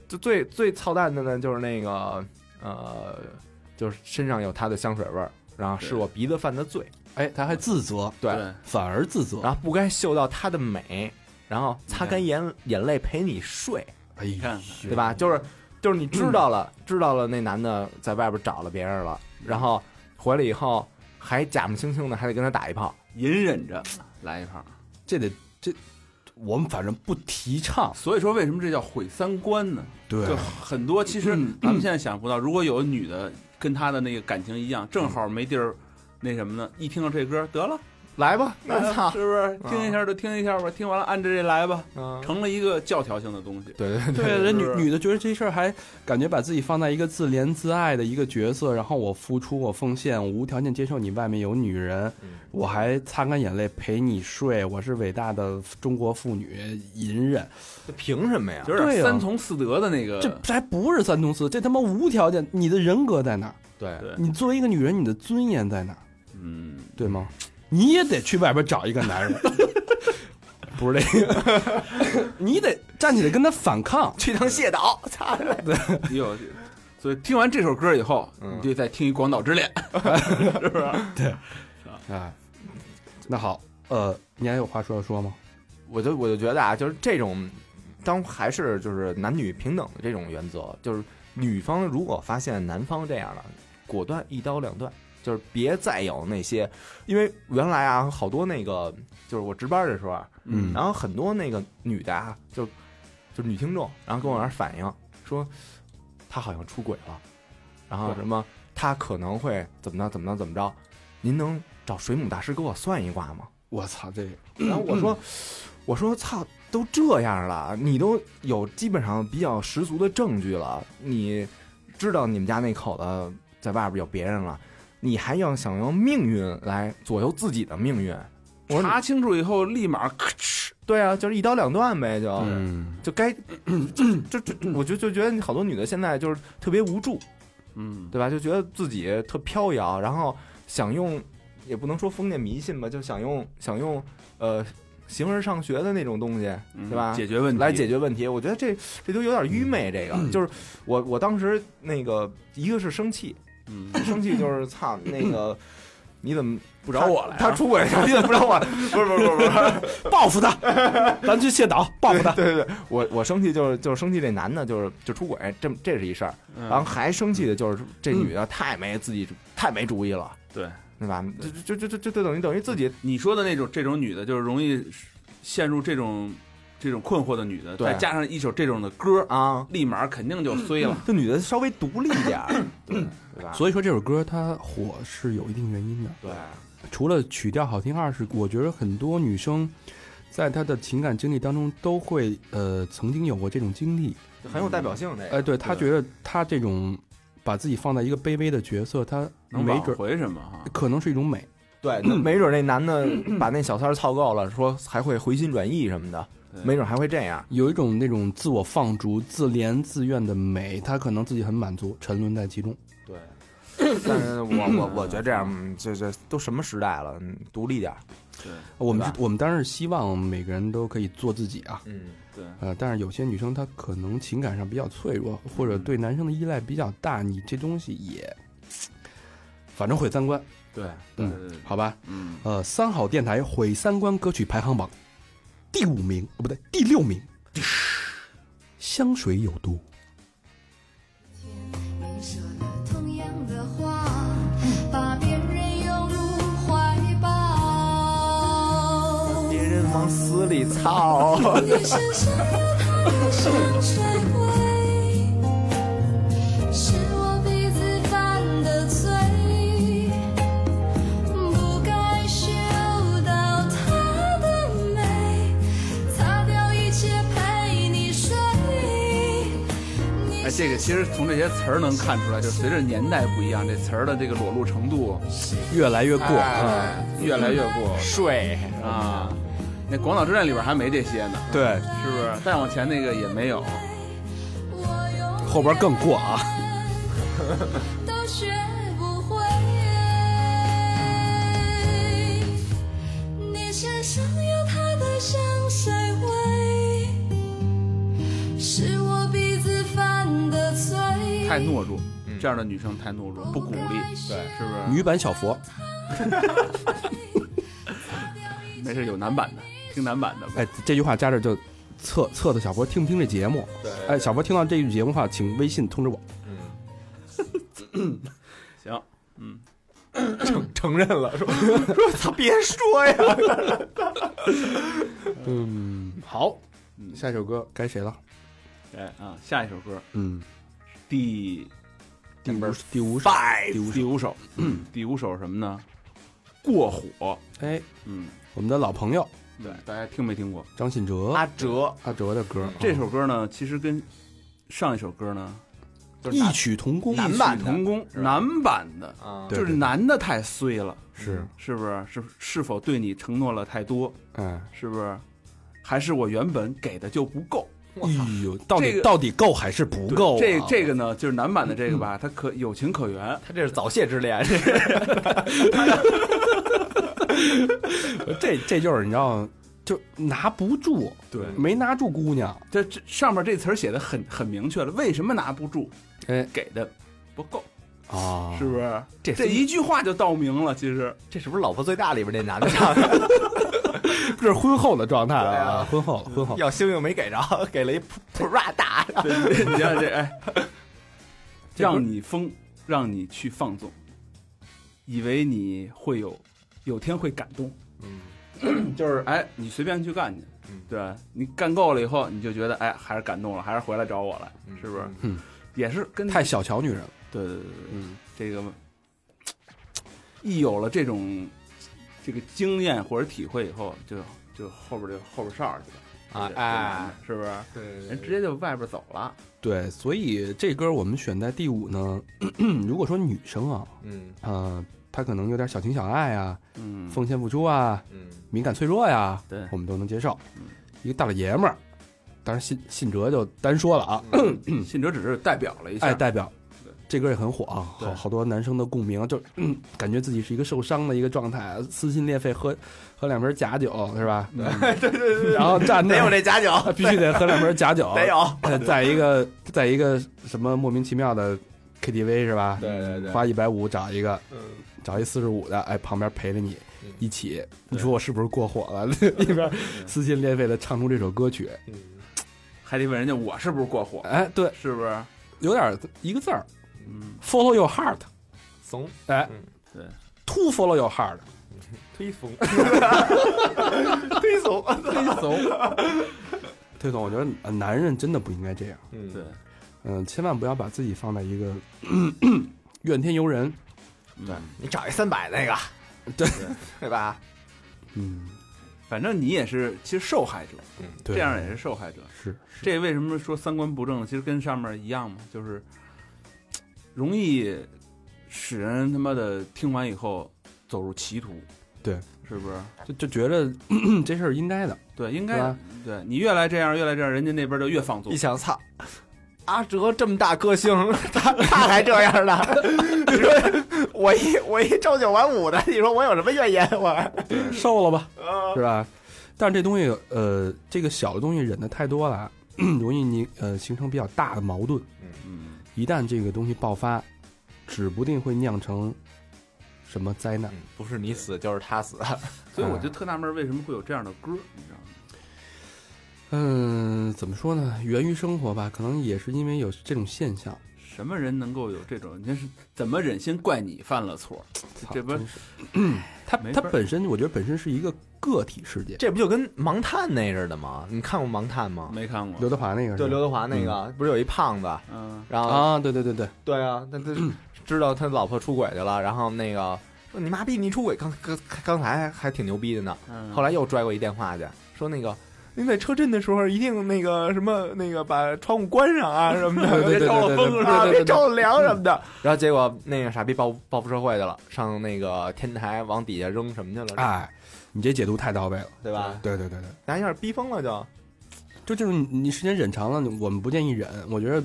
就最最操蛋的呢，就是那个呃，就是身上有他的香水味儿，然后是我鼻子犯的罪，哎，他还自责，对，反而自责。然后不该嗅到他的美，然后擦干眼眼泪陪你睡，哎呀，看看对吧？就是就是你知道了，知道了那男的在外边找了别人了，然后回来以后还假模惺惺的还得跟他打一炮，隐忍着来一炮。这得这，我们反正不提倡。所以说，为什么这叫毁三观呢？对就很多其实咱们现在想不到，如果有女的跟她的那个感情一样，正好没地儿那什么呢，一听到这歌，得了，来吧，来那吧操，是不是听一下就听一下吧？听完了按着这来吧，嗯，成了一个教条性的东西。对 对对，人是女女的觉得这事儿还感觉把自己放在一个自怜自爱的一个角色，然后我付出，我奉献，我无条件接受你外面有女人，我还擦干眼泪陪你睡，我是伟大的中国妇女，隐忍，对，凭什么呀？就有对点啊三从四德的那个，这这还不是三从四，这他妈无条件，你的人格在哪儿？对对你作为一个女人，你的尊严在哪儿？嗯，对吗？你也得去外边找一个 男人，不是这个，你得站起来跟他反抗。去趟蟹岛，操！有。所以听完这首歌以后，嗯你就再听一《广岛之恋》，是不是？哎，那好，呃，你还有话说要说吗？我就我就觉得啊，就是这种，当还是就是男女平等的这种原则，就是女方如果发现男方这样了，果断一刀两断，就是别再有那些，因为原来啊，好多那个就是我值班的时候啊，嗯然后很多那个女的啊，就就是女听众，然后跟我那儿反映说，她好像出轨了，然后什么她可能会怎么着怎么着怎么着，您能找水母大师给我算一卦吗？我操，这个然后我说，我说操，都这样了，你都有基本上比较十足的证据了，你知道你们家那口子在外边有别人了，你还要想用命运来左右自己的命运？我说查清楚以后，立马咔哧，对啊，就是一刀两断呗，就、嗯，就该就就我就就觉得好多女的现在就是特别无助，嗯，对吧？就觉得自己特飘摇，然后想用，也不能说封建迷信吧，就想用想用呃形而上学的那种东西，嗯对吧？解决问题来解决问题，我觉得这这都有点愚昧。嗯这个、就是我我当时那个一个是生气，嗯，生气就是操那嗯个你怎么不找我来啊他出轨，你怎么不找 我？不是不是不是不是，报复他，咱去谢岛报复他。对对对，我我生气就是就是生气这男的就是就出轨，这这是一事儿，嗯然后还生气的嗯就是这女的太没自己太没主意了。对。对吧？就就就就就等于等于自己你说的那种这种女的，就是容易陷入这种这种困惑的女的，对再加上一首这种的歌，嗯啊，嗯立马肯定就衰了。这女的稍微独立一点儿，对对吧？所以说这首歌它火是有一定原因的，对，除了曲调好听，二是我觉得很多女生在她的情感经历当中都会呃曾经有过这种经历，就很有代表性这哎，个。对她觉得她这种把自己放在一个卑微的角色，她能没挽准回什么哈？可能是一种美。 对，那没准那男的把那小三儿操够了，说还会回心转意什么的，对没准还会这样。有一种那种自我放逐、自怜自怨的美，她可能自己很满足，沉沦在其中。对，但是我我我觉得这样，嗯这这都什么时代了，嗯独立点儿。我们对吧是我们当然是希望每个人都可以做自己啊，嗯，对，呃，但是有些女生她可能情感上比较脆弱，或者对男生的依赖比较大，你这东西也，反正毁三观，对，对嗯对对，好吧？嗯，呃，三好电台毁三观歌曲排行榜第五名，哦不对，第六名，香水有毒。你说了同样的话，把别人拥入怀抱。别人往死里 操。你身上有他的香水味，是我鼻子犯的罪，不该嗅到她的美，擦掉一切陪你睡。哎，这个其实从这些词儿能看出来，就随着年代不一样，这词儿的这个裸露程度越来越过，哎越来越过睡，啊。那《广岛之恋》里边还没这些呢，对，是不是？再往前那个也没有。后边更过啊。都学不会。太懦弱，嗯这样的女生太懦弱，不鼓励，对是不是？女版小佛，没事，有男版的，听男版的吧。哎，这句话加这就测测测小佛听不听这节目。对，哎，小佛听到这句节目的话，请微信通知我。嗯，行，嗯，承承认了， 说说他别说 呀，嗯，好，嗯下一首歌该谁了？哎啊，下一首歌，嗯，第第五五第五首， five，第五首，嗯第五首什么呢？过火，哎，嗯，我们的老朋友对，大家听没听过？张信哲，嗯阿哲，阿哲的歌，这首歌呢，其实跟上一首歌呢就是异男曲同工，男异版曲的同工，是吧男版的，啊，对就是男的太衰了，是，是不是？是是否对你承诺了太多？哎，是不是？还是我原本给的就不够？哎呦，到这底个到底够还是不对够啊？这这个呢，就是男版的这个吧，它可有情可原。他这是早泄之恋，这这就是你知道，就拿不住，对没拿住姑娘，这这上面这词儿写的很很明确了，为什么拿不住？哎给的不够，啊，是不是？这这一句话就道明了，其实这是不是《老婆最大》里边那男的唱 的？这是婚后的状态对啊，啊婚后了，婚后了，要星星没给着，给了一 Prada， 对对你看这哎，让你疯，让你去放纵，以为你会有有天会感动，嗯，就是哎，你随便去干去嗯，对吧你干够了以后，你就觉得哎，还是感动了，还是回来找我了，是不是？嗯，也是跟太小瞧女人了，对对对对对，嗯，这个一有了这种这个经验或者体会以后，就就后边就后边上去了啊这个哎，是不是？对人直接就外边走了，对，所以这歌我们选在第五呢， 如果说女生啊，嗯呃，她可能有点小情小爱啊，嗯，奉献付出啊，嗯，敏感脆弱呀，对我们都能接受。一个大老爷们儿，当然信信哲就单说了啊，信哲只是代表了一下，哎，代表对这歌也很火啊，好对好多男生的共鸣，就、嗯感觉自己是一个受伤的一个状态，撕心裂肺喝喝两瓶假酒是吧？对对对，然后站得有那这假酒， 必须得喝两瓶假酒，得有，呃在一个在一个什么莫名其妙的 KTV 是吧？对对对花一百五找一个嗯，找一四十五的，哎，旁边陪着你嗯一起，你说我是不是过火了？ 一边撕心裂肺的唱出这首歌曲，嗯还得问人家我是不是过火，哎，对，是不是？有点一个字儿嗯， ，follow your heart，怂哎嗯对，to follow your heart，推怂，推怂，推怂， 推怂，我觉得呃男人真的不应该这样， 嗯对，嗯、千万不要把自己放在一个 怨天尤人，对，你找一三百那个，对 对吧？嗯，反正你也是其实受害者，对，这样也是受害者。是是，这为什么说三观不正呢？其实跟上面一样嘛，就是嘖容易使人他妈的听完以后走入歧途。对，是不是？就就觉得 这事儿应该的，对，应对啊该吧对你越来这样，越来这样，人家那边就越放纵一。想，操，阿哲这么大歌星， 他他还这样呢？ 你说我一我一朝九晚五的，你说我有什么怨言？我 受了吧，啊是吧？但是这东西，呃，这个小的东西忍的太多了啊， 容易你呃形成比较大的矛盾。嗯，一旦这个东西爆发，指不定会酿成什么灾难。嗯不是你死就是他死，所以我啊就特纳闷，为什么会有这样的歌？你知道吗？嗯，怎么说呢？源于生活吧，可能也是因为有这种现象。什么人能够有这种？你这是怎么忍心怪你犯了错？这不操真是，它没它法儿本身，我觉得本身是一个个体事件。这不就跟盲探那似的吗？你看过盲探吗？没看过刘。德华那个是吧就刘德华那个，不是有一胖子，嗯，然后、啊，对对对对，对啊，那他知道他老婆出轨去了，然后那个说你妈逼你出轨，刚刚刚才还还挺牛逼的呢，嗯后来又拽过一电话去，说那个您在车震的时候一定那个什么那个把窗户关 上啊什么的，对对对别着了风对对对啊，对对对别着了凉什么的。然后结果那个傻逼报报复社会去了，上那个天台往底下扔什么去了，哎，你这解读太到位了。对啊吧？对对对对，咱有点逼疯了就，就这种你你时间忍长了，你我们不建议忍。我觉得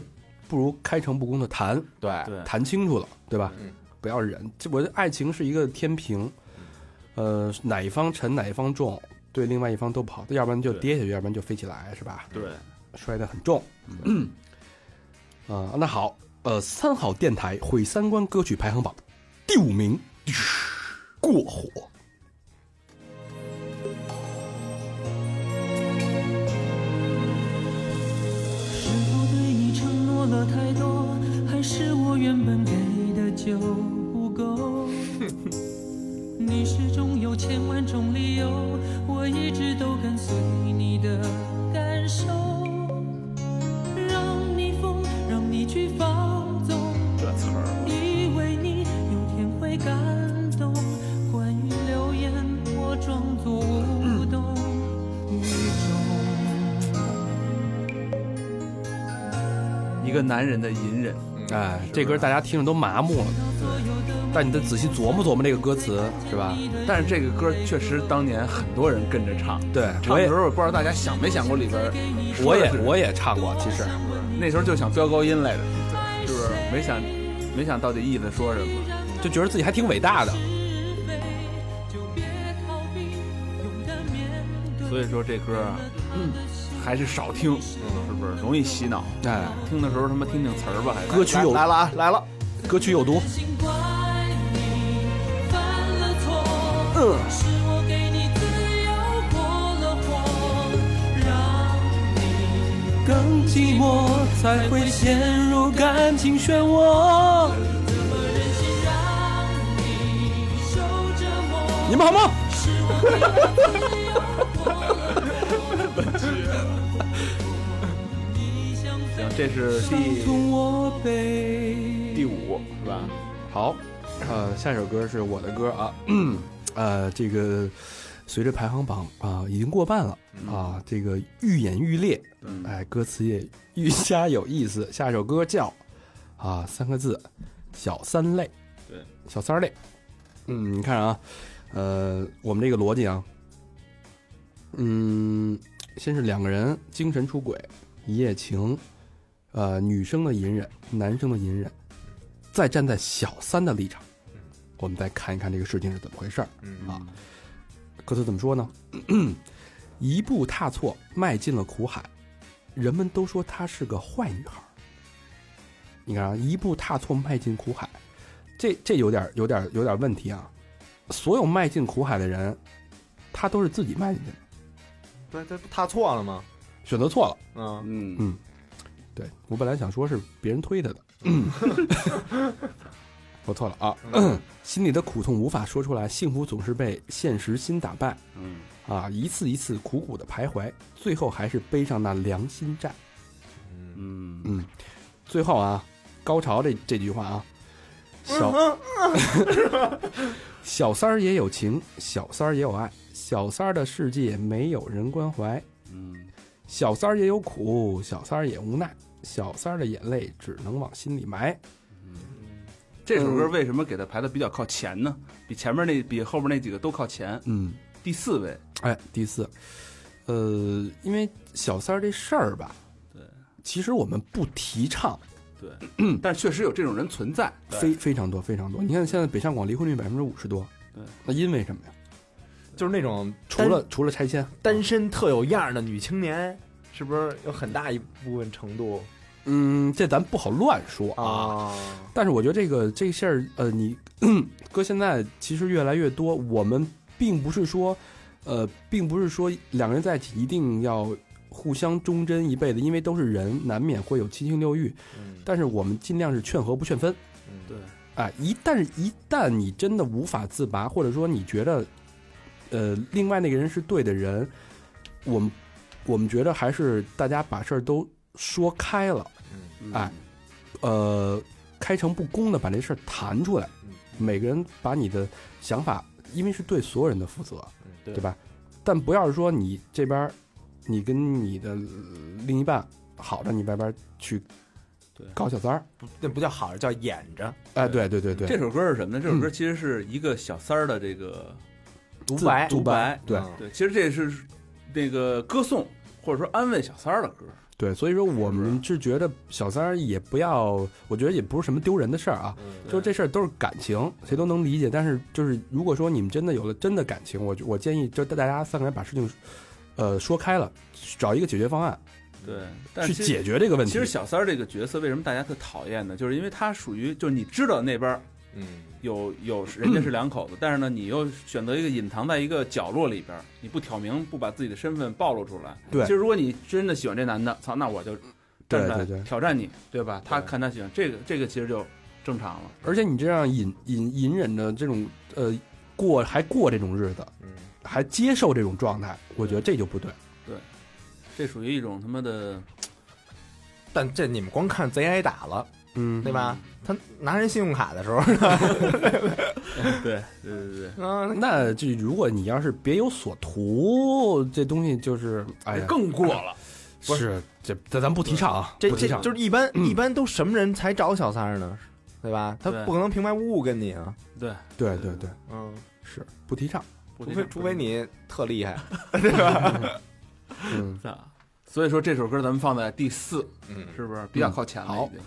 不如开诚布公的谈，对对，谈清楚了，对吧？嗯不要忍。这我觉得爱情是一个天平，呃，哪一方沉哪一方重，对另外一方都不好，要不然就对跌下去，要不然就飞起来，是吧？对， 摔得很重。嗯啊，那好，呃，三好电台毁三观歌曲排行榜第五名，过火。是我对你承诺了太多，还是我原本给的就不够？你始终有千万种理由，我一直都跟随你的感受，让你疯，让你去放纵，这词儿以为你有天会感动。关于流言，我装作无动于衷。一个男人的隐忍，嗯哎，这歌大家听着都麻木了，但你得仔细琢磨琢磨这个歌词，是吧？但是这个歌确实当年很多人跟着唱，对，唱我的也时候我不知道大家想没想过里边儿说的是，我也我也唱过，其实那时候就想飙高音来着，是不是？没想没想到底意思说什么。就觉得自己还挺伟大的。所以说这歌啊，嗯还是少听，是不是容易洗脑？哎，听的时候他妈听听词儿吧，还是歌曲有来了啊，来了，歌曲有毒，心怪你犯了错，是嗯我给你自由过了火，让你更寂寞，才会陷入感情漩涡。怎么忍心让你受折磨？你们好吗？是我给你自由过了火，你想行，这是飞第从我背。第五是吧？好，呃，下一首歌是我的歌啊，呃，这个随着排行榜啊、已经过半了啊，这个愈演愈烈，嗯哎，歌词也愈加有意思。下一首歌叫啊三个字，小三类，对，小三儿类。嗯，你看啊，呃，我们这个逻辑啊，嗯，先是两个人精神出轨，一夜情，呃，女生的隐忍，男生的隐忍。再站在小三的立场，我们再看一看这个事情是怎么回事儿嗯啊。歌词怎么说呢？ 一步踏错，迈进了苦海。人们都说她是个坏女孩儿。你看啊，一步踏错，迈进苦海，这这有点有点有点问题啊。所有迈进苦海的人，他都是自己迈进去的，对，这踏错了吗？选择错了。嗯，嗯嗯对我本来想说是别人推他的， 我错了啊。嗯心里的苦痛无法说出来，幸福总是被现实心打败嗯，啊！一次一次苦苦的徘徊，最后还是背上那良心债。嗯，嗯，最后啊，高潮这这句话啊，嗯嗯小小三儿也有情，小三儿也有爱，小三儿的世界没有人关怀，嗯，小三儿也有苦，小三儿也无奈，小三儿的眼泪只能往心里埋。这首嗯歌为什么给它排的比较靠前呢？比前面那比后面那几个都靠前，嗯，第四位。哎，第四，呃，因为小三儿这事儿吧，对，其实我们不提倡，嗯对，但确实有这种人存在。非非常多非常多。你看现在北上广离婚率百分之五十多，对，那因为什么呀？就是那种除了除了拆迁，单身特有样儿的女青年，是不是有很大一部分程度嗯，这咱不好乱说啊。啊？但是我觉得这个这个事儿，呃，你 哥现在其实越来越多，我们并不是说，呃，并不是说两个人在一起一定要互相忠贞一辈子，因为都是人，难免会有七情六欲。嗯，但是我们尽量是劝和不劝分。嗯对啊，一旦一旦你真的无法自拔，或者说你觉得，呃，另外那个人是对的人，我们我们觉得还是大家把事儿都说开了，嗯哎，呃，开诚布公的把这事儿谈出来嗯，每个人把你的想法，因为是对所有人的负责，对对吧？但不要是说你这边儿，你跟你的呃另一半好着，你外边儿去对搞小三儿，那不叫好，叫演着。哎，对对对对，嗯这首歌是什么呢？这首歌其实是一个小三儿的这个独自白，独白，对。嗯对，其实这是那个歌颂或者说安慰小三儿的歌。对，所以说我们是觉得小三儿也不要，我觉得也不是什么丢人的事儿啊，就是这事儿都是感情，谁都能理解。但是就是如果说你们真的有了真的感情，我我建议就大家三个人把事情，呃，说开了，找一个解决方案，对，但去是其实解决这个问题。其实小三儿这个角色为什么大家特讨厌呢？就是因为他属于就是你知道那边儿嗯，有有人家是两口子，但是呢，你又选择一个隐藏在一个角落里边儿，你不挑明，不把自己的身份暴露出来。对其实如果你真的喜欢这男的，操，那我就站出来对对对挑战你，对吧？他看他喜欢这个，这个其实就正常了。而且你这样隐隐隐忍着这种呃过还过这种日子，嗯还接受这种状态，我觉得这就不对。这属于一种他妈的，但这你们光看贼挨打了，嗯对吧？他拿人信用卡的时候，对对对对，嗯， 那这如果你要是别有所图，这东西就是哎呀，更过了。不是这这咱不提倡啊，这不提这倡就是一般一般都什么人才找小三儿呢？嗯对吧？他对不可能平白无故跟你啊。对对对，嗯，是不提倡。不除提非倡除非你特厉 害，嗯，啊。所以说这首歌咱们放在第四，嗯是不是比较靠前了？好已经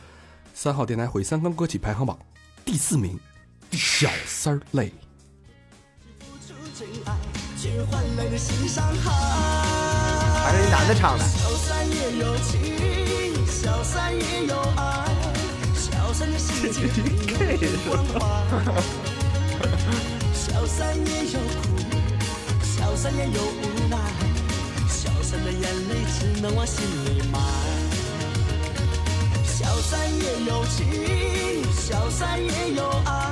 三号电台毁三缸歌曲排行榜第四名，小三儿泪。付出真爱，却换来了新伤害。还是一男的唱的。小三也有情，小三也有爱，小三的世界没有关怀。小三也有苦，小三也有无奈，小三的眼泪只能往心里埋。小三也有情，小三也有爱。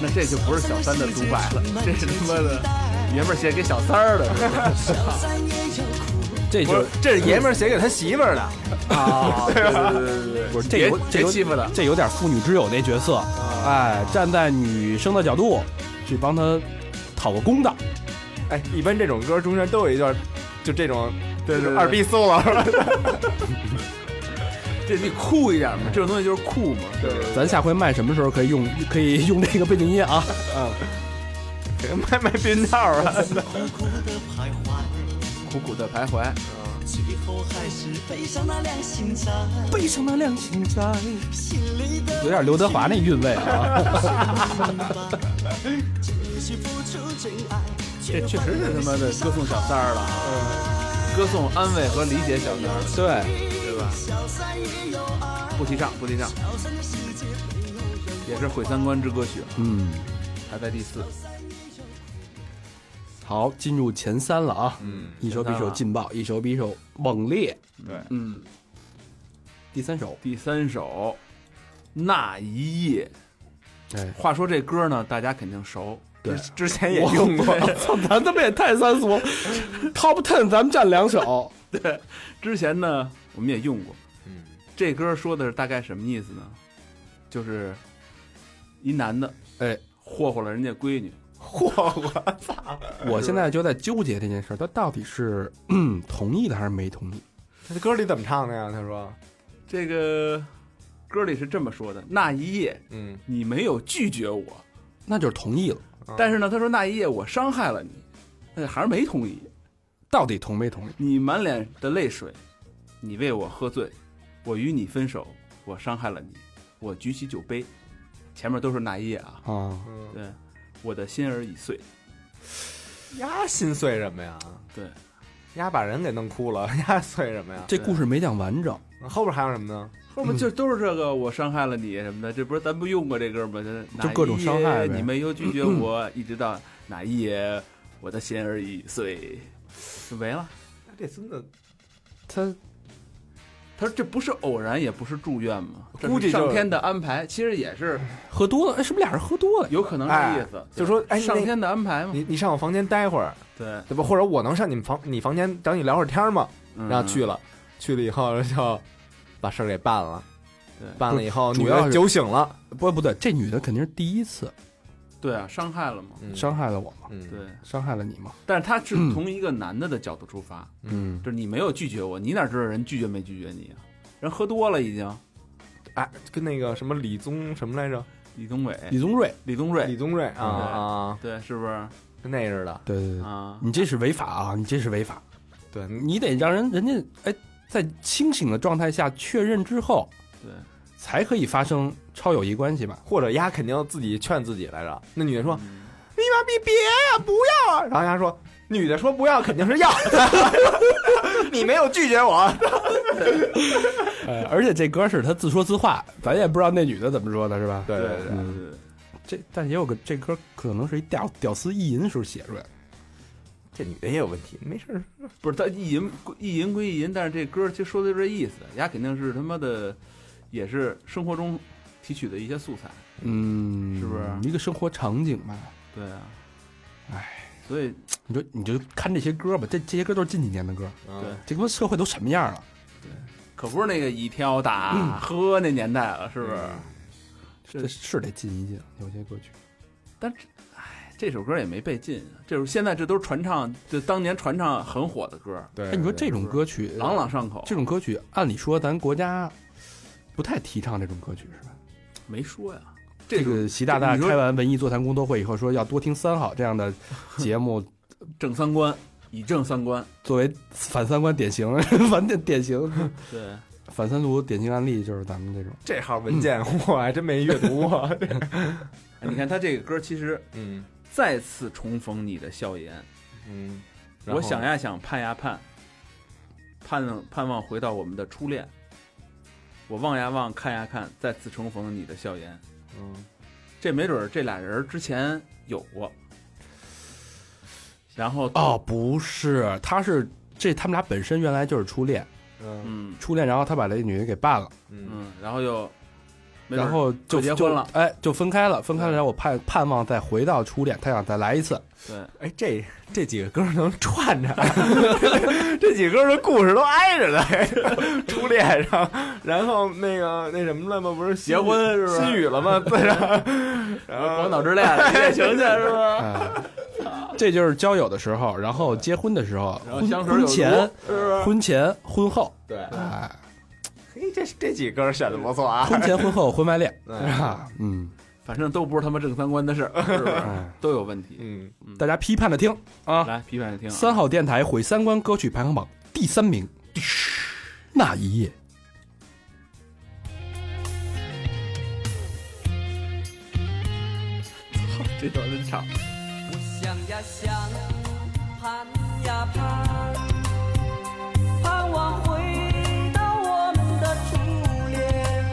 那这就不是小三的独白 了，这是他妈 的爷们儿写给小三儿的。小三也有苦。这不，就是这是爷们儿写给他媳妇儿的。啊，对对对对对，不是这有这别有欺负他这有点妇女之友那角色，哎，站在女生的角度去帮她讨个公道。哎，一般这种歌中间都有一段，就这种，对对对二逼 solo。这你酷一点嘛，这种东西就是酷嘛。对对咱下回卖什么时候可以用可以用这个背景音乐啊？ 卖卖避孕套啊！苦苦的徘徊，苦苦的徘徊，最后还是背上那辆新车，背上那辆行在，心里的有点刘德华那韵味啊。只是付出真爱，这这确实是他妈的歌颂小三儿了啊，歌颂安慰和理解小三儿的，对，对吧？小三也有爱，不提倡，不提倡，小三的世界没有人也是毁三观之歌曲啊，嗯，排在第四。好，进入前三了啊。嗯，一首比一首劲爆，一首比一首猛烈。对，嗯，第三首，第三首，那一夜。哎，话说这歌呢，大家肯定熟，对之之前也我用过，操，咱他妈也太三俗了。Top Ten 咱们占两首，对，之前呢我们也用过。嗯，这歌说的是大概什么意思呢？就是一男的，哎，霍霍了人家闺女，我现在就在纠结这件事儿，他到底是嗯同意的还是没同意？他这歌里怎么唱的呀？他说，这个歌里是这么说的：那一夜嗯，你没有拒绝我，那就是同意了，啊但是呢，他说那一夜我伤害了你，但是还是没同意。到底同没同意？你满脸的泪水，你为我喝醉，我与你分手，我伤害了你，我举起酒杯，前面都是那一夜啊，啊，对，我的心儿已碎，丫心碎什么呀？对，丫把人给弄哭了， 丫碎什么呀？这故事没讲完整，后边还有什么呢？后面就都是这个我伤害了你什么的，这不是咱不用过这歌吗？就就各种伤害呗你没有拒绝嗯我，一直到哪一夜，我的心儿已碎，就没了。这孙子他他说这不是偶然，也不是祝愿嘛，这是估计就是上天的安排，其实也是喝多了，哎，是不是俩人喝多了呀？有可能是这意思，就说哎，上那天的安排嘛你，你上我房间待会儿，对，对吧？或者我能上你们房你房间找你聊会儿天儿吗？嗯然后去，了，去了以后就把事儿给办了对，办了以后主女要的是酒醒了，不不对，这女的肯定是第一次对啊，伤害了嘛，嗯伤害了我嘛，嗯对，伤害了你嘛，但是他是从一个男的的角度出发，嗯，就是你没有拒绝我，你哪知道人拒绝没拒绝你啊？人喝多了已经，哎，跟那个什么李宗什么来着？李宗伟、李宗瑞，李宗李瑞，宗瑞啊嗯啊，对，是不是跟那似的。对对嗯对，啊？你这是违法啊，你这是违法，对，你得让人人家哎在清醒的状态下确认之后，对，才可以发生超友谊关系吧？或者丫嗯肯定自己劝自己来着。那女的说：“你妈逼别呀、不要啊！”然后丫说：“女的说不要肯定是要， 你没有拒绝我，呃，而且这歌是他自说自话，咱也不知道那女的怎么说的，是吧？对对对，嗯，这但也有个这歌可能是一屌屌丝意淫时候写出来的，这女的也有问题，没事儿，不是他意淫归意淫归意淫，但是这歌其实说的就是这意思，丫肯定是他妈的，也是生活中提取的一些素材。嗯，是不是一个生活场景吧？对啊，哎，所以你说你就看这些歌吧，这这些歌都是近几年的歌，对嗯这他妈社会都什么样了？可不是那个以挑打喝那年代了，是不是？这是得进一进有些歌曲，但是，哎，这首歌也没被禁啊，这首现在这都是传唱，就当年传唱很火的歌，对哎，你说这种歌曲朗朗上口。这种歌曲，按理说咱国家不太提倡这种歌曲，是吧？没说呀，这种个习大大你说开完文艺座谈工作会以后说要多听三好这样的节目， 正三观，以正三观。作为反三观典型， 反典典型对，反三俗典型案例就是咱们这种。这号文件我还真没阅读过，哎你看他这个歌其实嗯再次重逢你的笑颜，嗯，然后我想呀想，盼呀盼，盼盼望回到我们的初恋。我望呀望，看呀看，再次重逢你的笑颜。嗯，这没准儿这俩人儿之前有过，然后，哦，不是，他是这他们俩本身原来就是初恋，嗯嗯初恋，然后他把这女的给办了，嗯嗯，然后又，没准儿然后就就结婚了就哎，就分开了，分开了，然后我盼盼望再回到初恋，他想再来一次，对，哎，这这几个歌能串着， 这几个歌的故事都挨着的，初恋上，然后那个那什么了吗？不是新结婚是不是新语了吗？对啊 上，然后广岛之恋， 你也行去是吧？哎，这就是交友的时候，然后结婚的时候，然后婚相识有啊婚毒前、是婚前、婚后，对，哎，嘿，这这几歌选的不错啊，婚前、婚后、婚外恋，哎是吧？嗯，反正都不是他妈正三观的事儿，是不是？哎都有问题。嗯，大家批判着听啊。来，批判着听啊，三好电台毁三观歌曲排行榜第三名，那一夜，这段真唱，我想呀想，盼呀盼，盼望回到我们的初恋。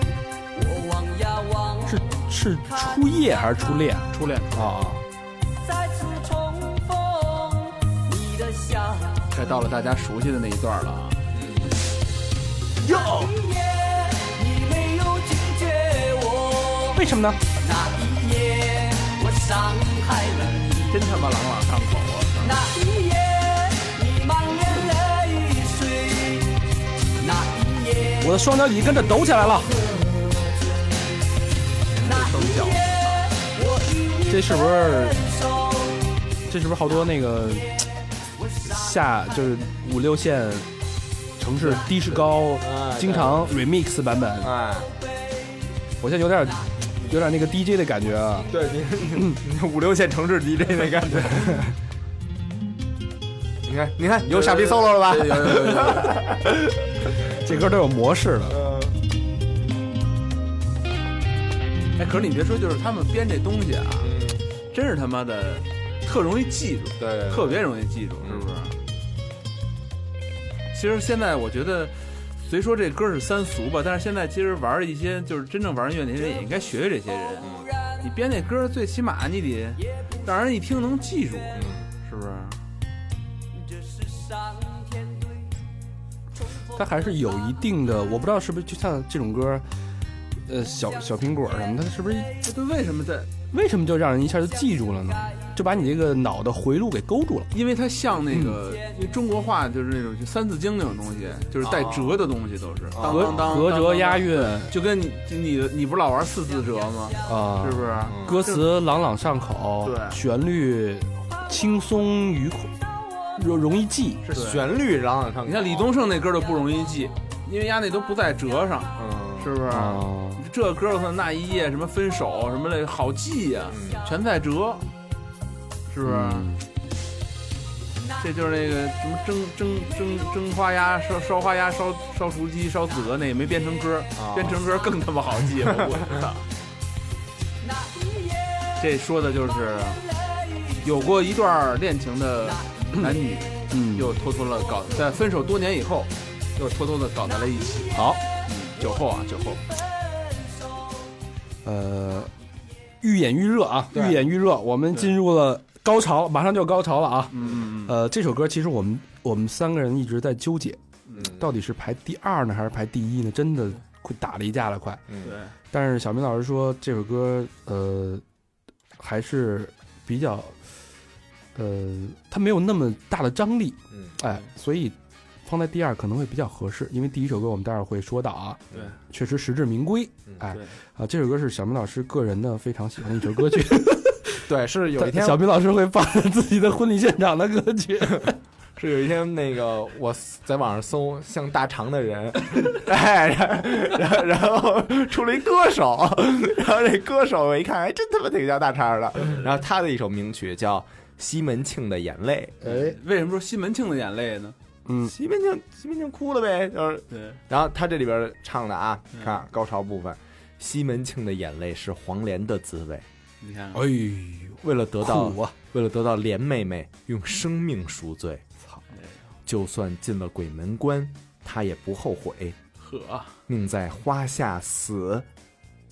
我望呀望，是是初夜还是初恋？初恋啊，再次重逢你的笑。该到了大家熟悉的那一段了 啊。那一夜，你没有拒绝我。为什么呢？那一夜，我伤害了你。真他妈朗朗上口啊！那一夜，你满脸泪水。那一夜，我的双脚已经跟着抖起来了，那一夜，我与你这是不是分手。这是不是好多那个下就是五六线城市低是高，啊经常 remix 版本？哎，我现在有点有点那个 DJ 的感觉啊。对你你五六线城市 DJ 那感觉。你看，你看，有傻逼 solo 了吧？有有有有有，这歌都有模式了。哎，可是你别说，就是他们编这东西啊，嗯真是他妈的特容易记住，对对特别容易记住，是不是？嗯其实现在我觉得，虽说这歌是三俗吧，但是现在其实玩一些就是真正玩音乐的人也应该学学这些人。你编这歌，最起码你得让人一听能记住，是不是？这是上天对重逢它还是有一定的，我不知道是不是就像这种歌，呃，小小苹果什么，它是不是这对为什么在？为什么就让人一下就记住了呢？就把你这个脑的回路给勾住了。因为它像那个，嗯因为中国话就是那种就《三字经》那种东西，就是哦带折的东西都是当合当当合辙押，韵当当就跟你就你你不是老玩四字折吗？啊是，不是？歌词朗朗上口，对旋律轻松愉快，容容易记。这旋律朗朗上口。你看李，宗盛那歌就不容易记，因为丫那都不在折上，嗯，是不是？啊，这歌儿算那一夜什么分手什么的，好记呀、全在折，是不是？嗯这就是那个什么蒸蒸蒸蒸花鸭、烧烧花鸭、烧烧雏鸡、烧子鹅，那也没编成歌儿，啊编成歌儿更他妈好记，我操！这说的就是有过一段恋情的男女嗯又偷偷的搞，在分手多年以后，又偷偷的搞在了一起。好，酒后啊，酒后，呃，愈演愈热啊，对愈演愈热，我们进入了高潮，马上就高潮了啊。嗯嗯呃，这首歌其实我们我们三个人一直在纠结，嗯，到底是排第二呢还是排第一呢？真的快打了一架了，快。嗯对，但是小明老师说这首歌，呃，还是比较，呃，它没有那么大的张力，嗯，哎，所以放在第二可能会比较合适，因为第一首歌我们待会儿会说到啊，对，确实实至名归嗯，哎对，啊，这首歌是小明老师个人的非常喜欢的一首歌 曲，对，是有一天小明老师会放在自己的婚礼现场的歌 曲，是有一天那个我在网上搜像大肠的人， 哎，然 后然后然后出了一歌手， 然后这歌手我一看，哎，真他妈挺像大肠的。然后他的一首名曲叫《西门庆的眼泪哎，嗯为什么说西门庆的眼泪呢？嗯》，，西门庆西门庆哭了呗，就是。对，然后他这里边唱的啊，嗯看高潮部分，西门庆的眼泪是黄连的滋味，你看，哎呦，为了得到苦啊，为了得到莲妹妹，用生命赎罪。操！就算进了鬼门关，他也不后悔，呵，宁在花下死，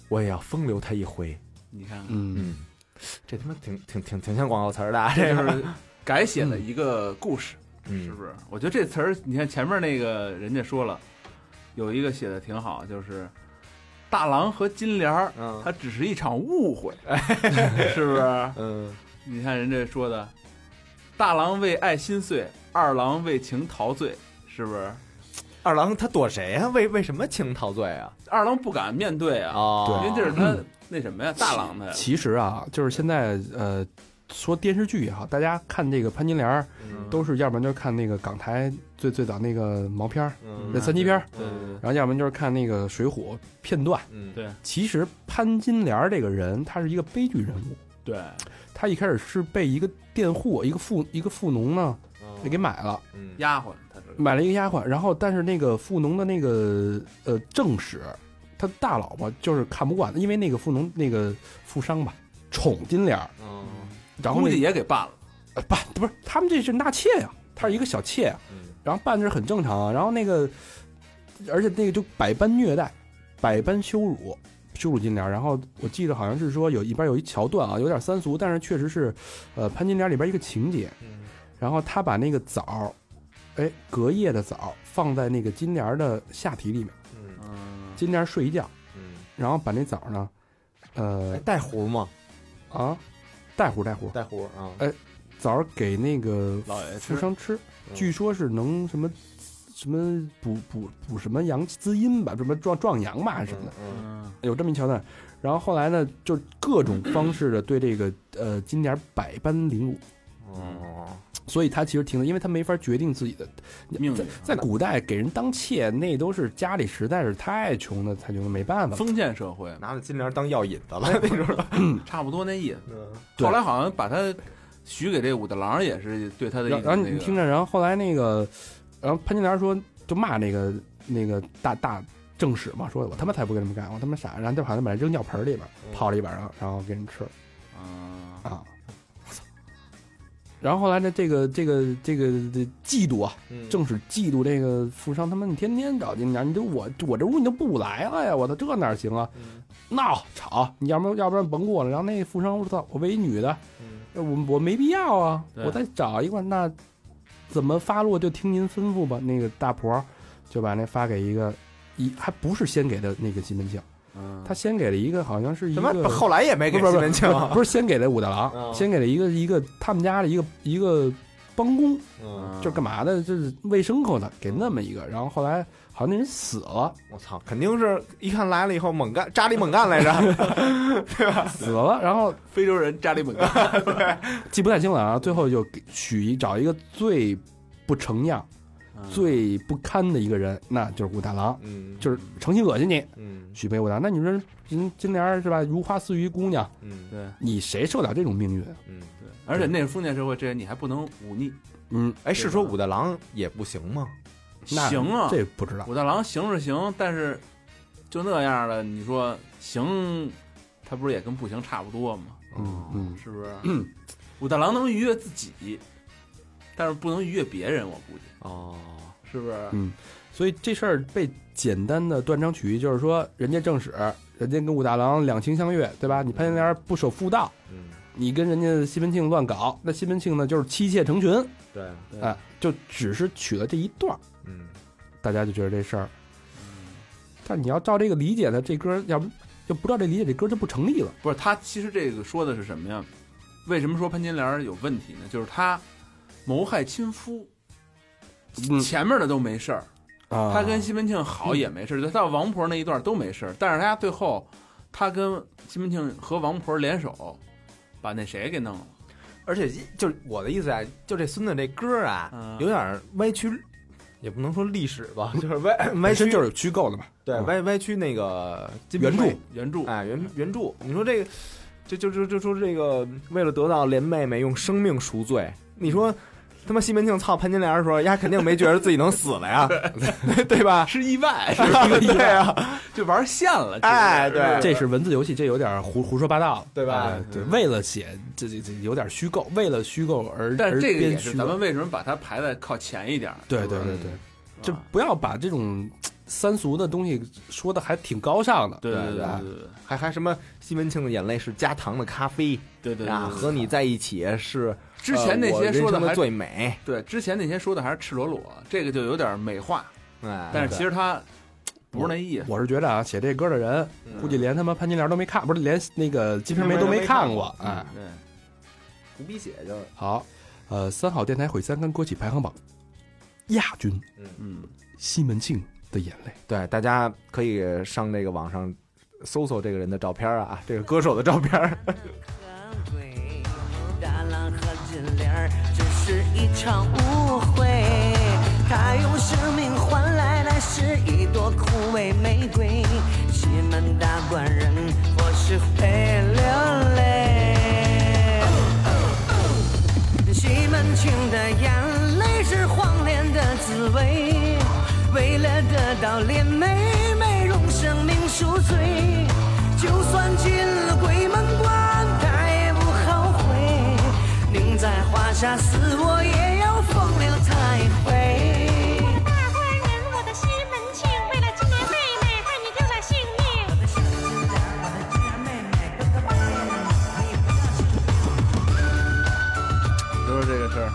我也要风流他一回。你看，嗯，嗯，这他妈挺挺挺挺像广告词儿的、啊，这这就个。是改写了一个故事，是嗯不是？我觉得这词儿，你看前面那个人家说了，有一个写的挺好，就是大郎和金莲儿，嗯它只是一场误会，是不是？嗯你看人这说的，大郎为爱心碎，二郎为情陶醉，是不是？二郎他躲谁呀、为为什么情陶醉啊？二郎不敢面对啊，哦，因为这是他那什么呀，大郎的。其实啊，就是现在呃，说电视剧也好，大家看这个潘金莲儿嗯都是，要不然就是看那个港台最最早那个毛片儿，嗯那三级片儿，对对然后要不然就是看那个《水浒》片段。嗯对其实潘金莲儿这个人，她是一个悲剧人物。对，她一开始是被一个佃户，一个富一个富农呢嗯给买了，嗯丫鬟他这个买了一个丫鬟。然后，但是那个富农的那个呃正室，他大老婆就是看不惯她，因为那个富农那个富商吧宠金莲儿，嗯然后估那计也给办了。呃，办不是他们这是纳妾呀、她是一个小妾呀、嗯然后办这是很正常啊。然后那个，而且那个就百般虐待，百般羞辱，羞辱金莲儿。然后我记得好像是说有一边有一桥段啊，有点三俗，但是确实是，呃，潘金莲里边一个情节。嗯然后他把那个枣儿，哎，隔夜的枣儿放在那个金莲儿的下体里面，嗯嗯，金莲儿睡一觉，嗯，然后把那枣儿呢，哎呃带胡吗？啊，带壶带壶，带胡啊，枣儿给那个老爷富吃商吃，嗯据说是能什么什么补补补什么阳滋阴吧，什么壮壮阳吧还是什么的，嗯嗯有这么一桥段。然后后来呢，就各种方式的对这个呃金莲百般凌辱，哦，所以他其实停了，因为他没法决定自己的命运在古代给人当妾，那都是家里实在是太穷了，才穷的没办法了。封建社会拿着金莲当药引子了，那时候。差不多那意思。嗯对后来好像把他许给这武大郎，也是对他的一然种后然后那你个听着，然后后来那个，然后潘金莲说就骂那个那个大大正史嘛，说我他妈才不跟他们干，我他妈傻，然后就好像把人扔尿盆里边儿嗯泡了一晚上，然后给人吃了嗯啊。然后后来呢，这个这个这个这嫉妒啊，嗯正史嫉妒这个富商，他妈你天天找金莲，你就我我这屋你都不来了呀，我操，这哪行啊？嗯闹吵，你要不然要不然甭过了。然后那富商，我操，我为一女的，嗯我我没必要啊，对我再找一个，那怎么发落就听您吩咐吧。那个大婆就把那发给一个一，还不是先给的那个西门庆，嗯，他先给了一个好像是一什个么？后来也没给不是西不门是庆。不是不是先给了武大嗯郎，先给了一个一个他们家的一个一个帮工，嗯，就是干嘛的，就是喂牲口的，给那么一个。然后后来好像那人死了，我操，肯定是一看来了以后猛干，扎里猛干来着。死了，然后非洲人扎里 本干，记不太清了啊。最后就给许一找一个最不成样、嗯最不堪的一个人，那就是武大郎，嗯，就是诚心恶心你，嗯许配武大郎。那你说金金莲儿是吧？如花似玉姑娘，嗯对你谁受得了这种命运？啊嗯。对，而且那是封建社会，这你还不能忤逆，嗯，哎，是说武大郎也不行吗？那行啊，这不知道。武大郎行是行，但是就那样了，你说行，他不是也跟不行差不多吗？嗯嗯，是不是？武大郎能愉悦自己，但是不能逾越别人，我估计哦，是不是？嗯，所以这事儿被简单的断章取义，就是说人家正史，人家跟武大郎两情相悦，对吧？你潘金莲不守妇道，嗯，你跟人家西门庆乱搞，那西门庆呢就是妻妾成群，对，哎、就只是取了这一段儿，嗯，大家就觉得这事儿。但你要照这个理解呢，这歌要不要不照这理解，这歌就不成立了。不是他其实这个说的是什么呀？为什么说潘金莲有问题呢？就是他谋害亲夫，嗯前面的都没事儿，啊他跟西门庆好也没事儿，到王婆那一段都没事儿，但是他最后他跟西门庆和王婆联手，把那谁给弄了。而且一就是我的意思啊，就这孙子这歌儿啊嗯，有点儿歪曲，也不不能说历史吧， 就是歪歪本曲，身就是虚构的嘛。对歪歪曲那个金瓶原著梅原著哎，原原著，你说这个，就就就就说这个，为了得到莲妹妹用生命赎罪，你说他妈西门庆操潘金莲的时候，丫肯定没觉得自己能死了呀，对吧？是意 外，对呀，就玩线了。哎，这个对，这是文字游戏，这有点胡胡说八道，对吧哎对，为了写这这这有点虚构，为了虚构而但而是这个也编是虚咱们构。为什么把它排在靠前一点儿？对是不对是对对，就啊不要把这种嘖三俗的东西说的还挺高尚的。对对对对吧对对还还什么西门庆的眼泪是加糖的咖啡对对对啊，对和你在一起是之前那呃我些人说的生的还最美，对，之前那些说的还是赤裸裸，这个就有点美化，哎，但是其实他不是那意思。我是觉得啊，写这歌的人估计连他妈潘金莲都没看，不是连那个《金瓶梅》都嗯没看过。哎，对，不必嗯写就是，好，呃，三好电台毁三更歌曲排行榜亚军，嗯，西门庆的眼泪。对，大家可以上这个网上搜搜这个人的照片儿啊，这个歌手的照片儿，对，大郎和金莲儿只是一场误会，他用生命换来的是一朵枯萎玫瑰。西门大官人，我是会流泪。西门庆的眼泪是黄连的滋味，为了得到莲妹妹用生命赎罪，就算进了鬼门关，他也不后悔，宁在华沙死我也要风流他一回。大官人，我的西门庆，为了金莲妹妹，为你丢了性命。就是这个事儿。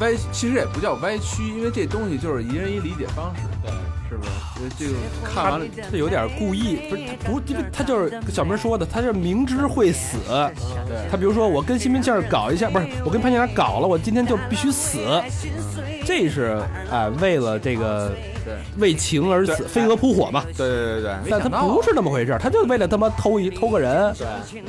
歪，其实也不叫歪曲，因为这东西就是一人一理解方式，对，是不是？所以这个看完了，他有点故意，不是他不是，因为他就是小明说的，他是明知会死。他比如说，我跟西门庆儿搞一下，不是我跟潘金莲搞了，我今天就必须死，这是哎、为了这个为情而死，飞蛾扑火嘛。 哎对对对对。但他不是那么回事儿，他就为了他妈偷一偷个人，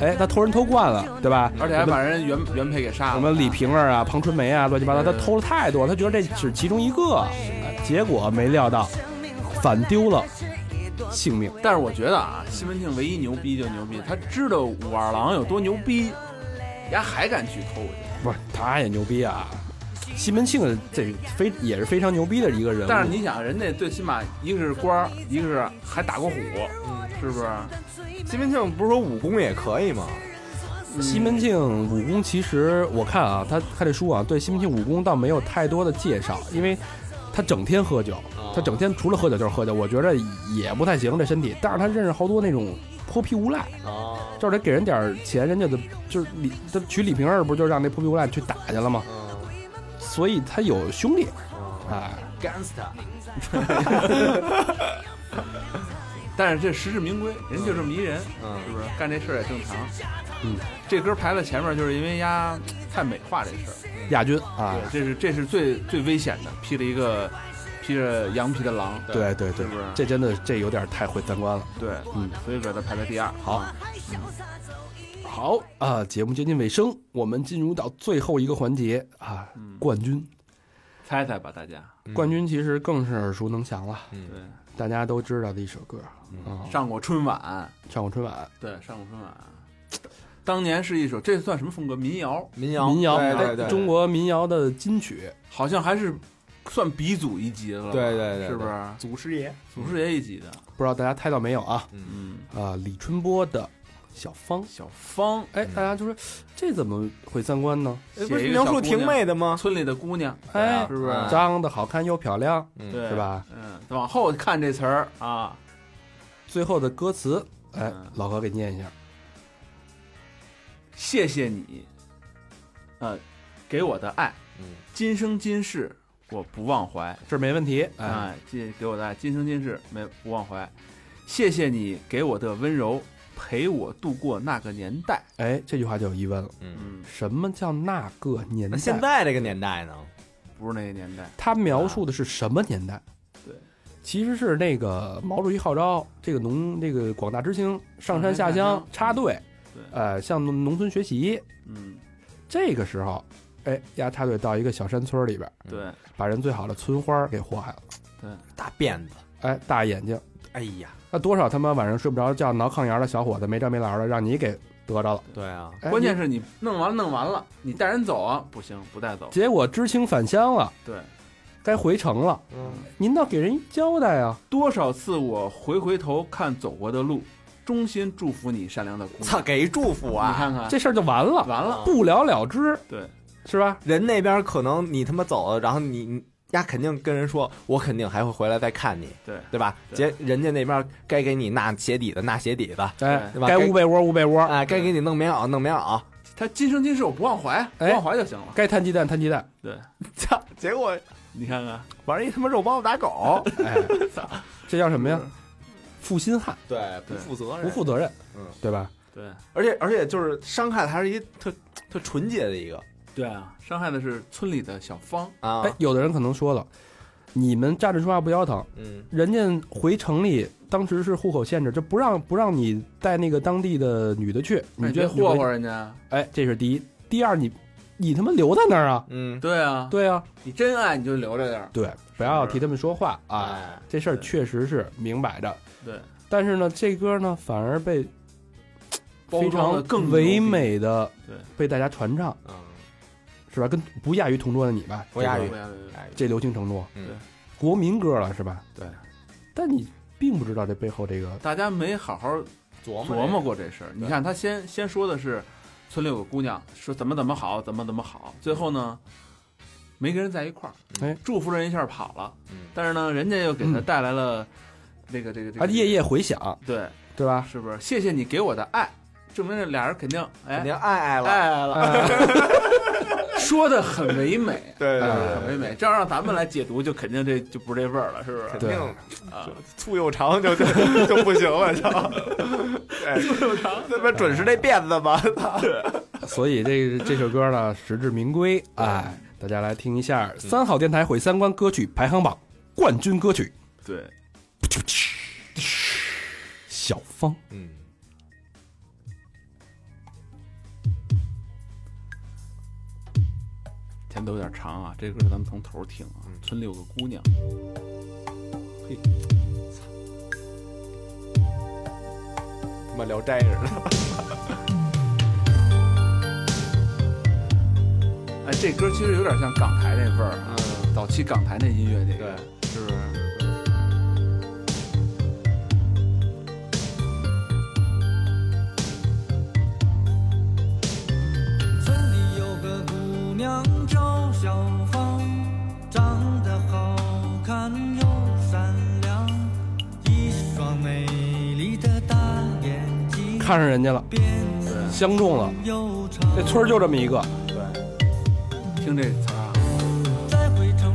哎，他偷人偷惯了，对吧？而且还把人原原配给杀什了。么李瓶儿啊、庞春梅啊，乱七八糟，他偷了太多，他觉得这只是其中一个，哎结果没料到反丢了性命。但是我觉得啊，西门庆唯一牛逼就牛逼，他知道武二郎有多牛逼，丫还敢去偷去。不是，他也牛逼啊！西门庆这非也是非常牛逼的一个人物，但是你想，人家最起码一个是官儿，一个是还打过虎，嗯是不是？西门庆不是说武功也可以吗？西门庆武功其实我看啊，他看这书啊，对西门庆武功倒没有太多的介绍，因为他整天喝酒，啊他整天除了喝酒就是喝酒，我觉得也不太行这身体。但是他认识好多那种泼皮无赖，啊就是他给人点儿钱，人家的就是李他娶李瓶儿不就让那泼皮无赖去打去了吗？啊所以他有兄弟，哎，但是这实至名归，人就这么一人，是不是？干这事儿也正常。嗯，这歌排在前面，就是因为丫太美化这事儿。亚军啊，对，这是这是最最危险的，披了一个披着羊皮的狼。对对对是不是，这真的这有点太毁三观了。对，嗯，所以把它排在第二。嗯好，好啊！节目接近尾声，我们进入到最后一个环节啊，嗯冠军。猜猜吧，大家。嗯冠军其实更是耳熟能详了，对，大家都知道的一首歌嗯啊，上过春晚。上过春晚，对，上过春晚。当年是一首，这算什么风格？民谣，民谣，民谣对对对，中国民谣的金曲。好像还是算鼻祖一级的了吧。对对对是不是？祖师爷，祖师爷一级的。不知道大家猜到没有啊？嗯，啊，李春波的《小芳。小芳，嗯哎，大家就说这怎么毁三观呢？哎不是描述婷妹的吗？村里的姑娘，啊哎是不是？啊长得好看又漂亮，对是？吧？嗯，往后看这词儿啊，最后的歌词，哎嗯，老何给念一下。谢谢你，呃，给我的爱，嗯，今生今世我不忘怀。这没问题，哎，嗯啊，谢谢给我的爱，今生今世没不忘怀。谢谢你给我的温柔，陪我度过那个年代。哎，这句话就有疑问了，嗯，什么叫那个年代？那现在这个年代呢？不是那个年代，他描述的是什么年代？对，其实是那个毛主席号召这个农这个广大知青上山下上山下乡乡插队，对呃，向农农村学习。嗯，这个时候，哎，丫插队到一个小山村里边，对，把人最好的村花给祸害了。大辫子，哎，大眼睛，哎呀，那多少他妈晚上睡不着觉挠炕沿的小伙子没着没落的，让你给得着了。对啊，哎关键你是你弄完了弄完了，你带人走啊，不行，不带走。结果知青返乡了，对，该回城了，嗯，您倒给人一交代啊！多少次我回回头看走过的路，衷心祝福你善良的姑娘。 操，给一祝福你啊！看看，这嗯事儿就完了，完了，不了了之，对，是吧？人那边可能你他妈走了，然后你你丫肯定跟人说，我肯定还会回来再看你，对对啊吧？对结人家那边该给你纳鞋底的纳鞋底的，哎，对吧该该捂被窝捂被窝，哎，该给你弄棉袄弄棉袄，他今生今世我不忘怀，不哎忘怀就行了。该摊鸡蛋摊鸡蛋。对，操，结果你看看，玩一他妈肉包子打狗，哎，这叫什么呀？负心汉， 对，不负责不负责任，嗯，对吧？对而且而且就是伤害的还是一特特纯洁的一个对啊，伤害的是村里的小芳，啊，哎，有的人可能说了，你们站着说话不腰疼，嗯，人家回城里当时是户口限制，就不让不让你带那个当地的女的去，你哎你别这霍霍。人家。哎，这是第一，第二你你他妈留在那儿啊？嗯，对啊，对啊，你真爱你就留着点儿。对，不要替他们说话啊。哎，这事儿确实是明摆着，对，但是呢，这歌呢反而被包非装的常更唯，美的对被大家传唱，嗯，是吧？跟不亚于《同桌的你》吧？不亚于不亚于这流行程度，嗯对，国民歌了是吧？对，但你并不知道这背后这个，大家没好好琢磨琢磨过这事儿。你看他先先说的是村里有个姑娘说怎么怎么好，怎么怎么好，最后呢没跟人在一块儿，哎祝福人一下跑了，嗯但是呢人家又给他带来了这个这个这啊，个夜夜回响，对，对吧？是不是？谢谢你给我的爱，证明这俩人肯定哎肯定爱爱了，爱了， 说的很唯美。啊对对哎很唯美，这要让咱们来解读，就肯定这就不是这味儿了，是不是？对啊，醋又长就就就 不行了，就，醋又长，那边准是那辫子吧？所以这 这首歌呢，实至名归，哎，大家来听一下三好电台毁三观歌曲排行榜冠军歌曲对， 《小芳》。嗯，前头有点长啊，这歌咱们从头儿听啊。村里有个姑娘，嘿，他妈聊斋似的， 哎，这歌其实有点像港台那味儿啊，早期港台那音乐那个，是不是？村里有个姑娘叫小芳，长得好看又善良，一双美丽的大眼睛，看上人家了，辫子嗯相中了，又长。这村儿就这么一个，听这词儿啊，在回城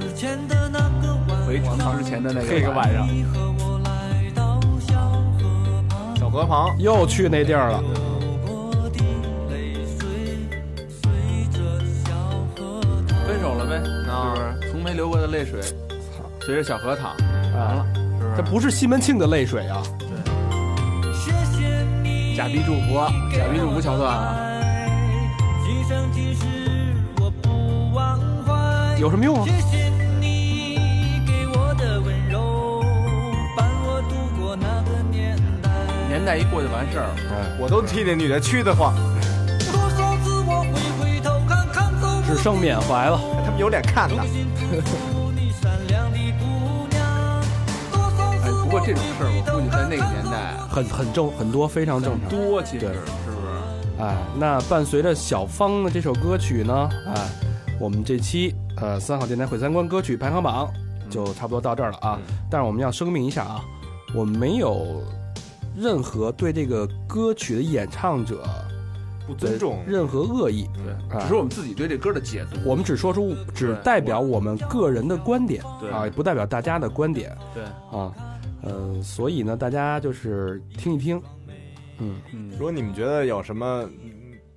之前的那个晚上，回城之前的那个这个晚上你和我来到小河旁，小河旁，又去那地儿了。流过的泪水随着小河淌。分手了呗，啊是不是？从没流过的泪水，随着小河淌，完了，是不是？这不是西门庆的泪水啊！谢谢你假币祝福啊，假币祝福桥段啊，爱，今生今世我不忘怀。有什么用啊谢？谢你给我的温柔，伴我度过那个年代。年代一过就完事儿了。我都替那女的屈得慌，多少次我会回头看看走不只剩缅怀了。他们有脸看衷呐。心祝福你善良的姑娘。多少哎次不我过这种事儿，我估计在那个年代啊很很正，很多非常正常。多，其实对是不是？哎，那伴随着小芳的这首歌曲呢，哎，我们这期呃三好电台毁三观歌曲排行榜嗯就差不多到这儿了啊。但是我们要声明一下啊，我们没有任何对这个歌曲的演唱者不的尊嗯重，任何恶意，对，哎只是我们自己对这歌的解读。我们只说出只代表我们个人的观点对啊，也不代表大家的观点对，啊。呃，所以呢，大家就是听一听，嗯，嗯如，果你们觉得有什么嗯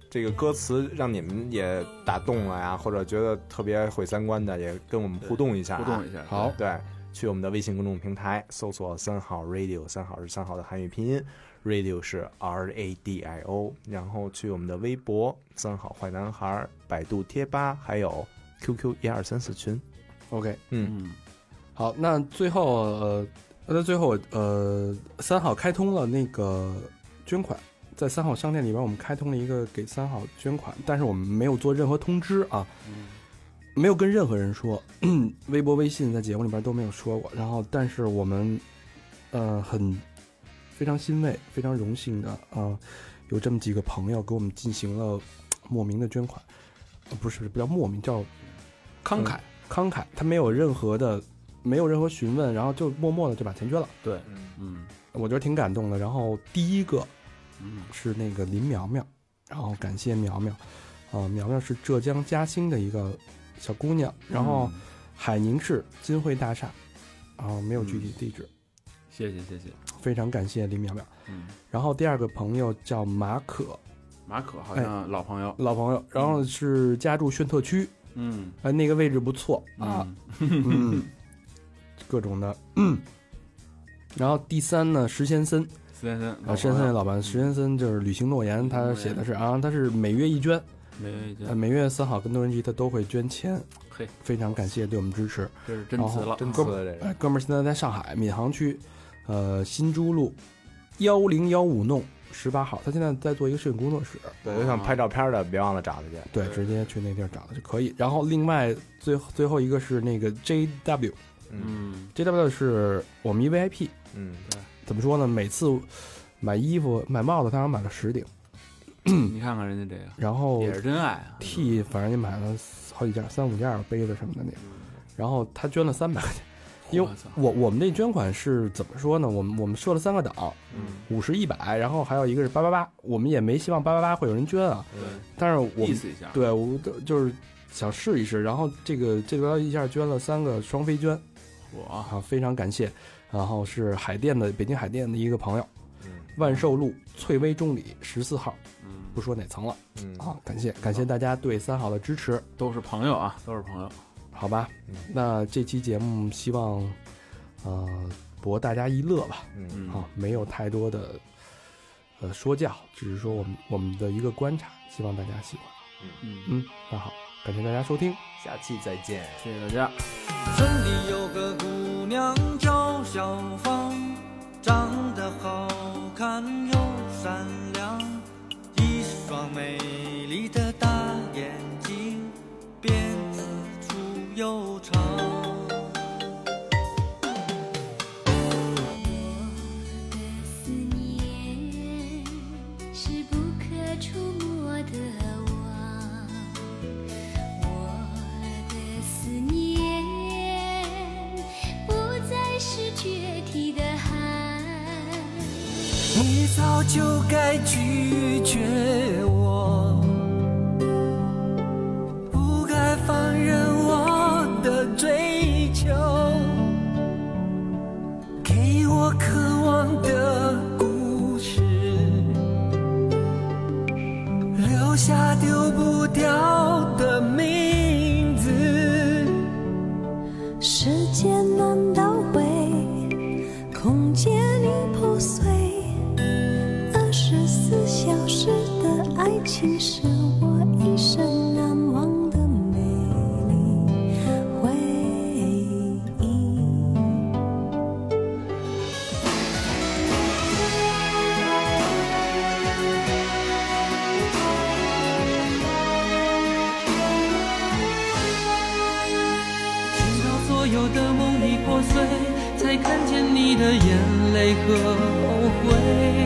这个歌词让你们也打动了呀，或者觉得特别毁三观的，也跟我们互动一下、啊互动一。下。好，对，去我们的微信公众平台搜索“三好 radio”，三好是三好的汉语拼音，radio 是 R A D I O，然后去我们的微博“三好坏男孩”、百度贴吧，还有 QQ 一二三四群。 ，OK，嗯，好，那最后呃，那最后呃，三好开通了那个捐款，在三好商店里边，我们开通了一个给三好捐款，但是我们没有做任何通知啊，没有跟任何人说，微博、微信在节目里边都没有说过。然后，但是我们呃很非常欣慰、非常荣幸的啊、呃有这么几个朋友给我们进行了呃莫名的捐款，呃、不是不叫莫名，叫慷慨，慷慨，他没有任何的，没有任何询问，然后就默默的就把钱捐了，对，嗯我觉得挺感动的。然后第一个嗯是那个林苗苗，然后感谢苗苗，啊、苗苗是浙江嘉兴的一个小姑娘，然后嗯海宁市金汇大厦，啊、没有具体地址，谢谢谢谢。非常感谢林苗苗。嗯，然后第二个朋友叫马可，马可好哎像老朋友。老朋友，然后是家住宣特区，嗯呃，那个位置不错啊，，嗯，各种的。然后第三呢，石先森斯先生啊，石先森的老板，石先森就是《履行诺言》，他写的是啊，他是每月一捐，没有意呃，见，每月三号跟多人集他都会捐钱，嘿，非常感谢对我们支持。这是真词了，啊真哥次们的这个嗯哎，哥们儿现在在上海闵行区，呃，新珠路幺零幺五弄十八号，他现在在做一个摄影工作室，对，有想拍照片的，别忘了找他去。对，直接去那地儿找他就可以。然后另外最后最后一个是那个 JW，JW 嗯，是我们一 VIP，嗯，怎么说呢？每次买衣服、买帽子，他好像买了十顶，嗯你看看人家这个然后也是真爱啊， T 反正也买了好几件，三五件杯子什么的那种。嗯然后他捐了三百块钱，因为我操，我我们这捐款是怎么说呢？我们我们设了三个档，嗯五十、一百，然后还有一个是八八八。我们也没希望八八八会有人捐啊，对，但是我意们思一下，，对我都就是想试一试。然后这个这个一下捐了三个双飞捐我啊，非常感谢。然后是海淀的北京海淀的一个朋友，嗯万寿路翠微中里十四号，嗯不说哪层了嗯，啊！感谢感谢大家对三好的支持，都是朋友啊，都是朋友，好吧嗯？那这期节目希望呃博大家一乐吧，嗯，嗯，啊，没有太多的呃说教，只是说我们我们的一个观察，希望大家喜欢。嗯，嗯，那好，感谢大家收听。下期再见。谢谢大家。村里有个姑娘叫小芳，长得好看又善良，一双美丽的大眼睛，辫子粗又长。我的思念是不可触摸的网，我的思念不再是决堤的海。你早就该拒绝我，不该放任我的追求，给我渴望的故事，留下丢不掉的名字。时间难倒回，空间已破碎。二十四小时的爱情是我一生难忘的美丽回忆。直到所有的梦已破碎，才再看见你的眼泪和后悔。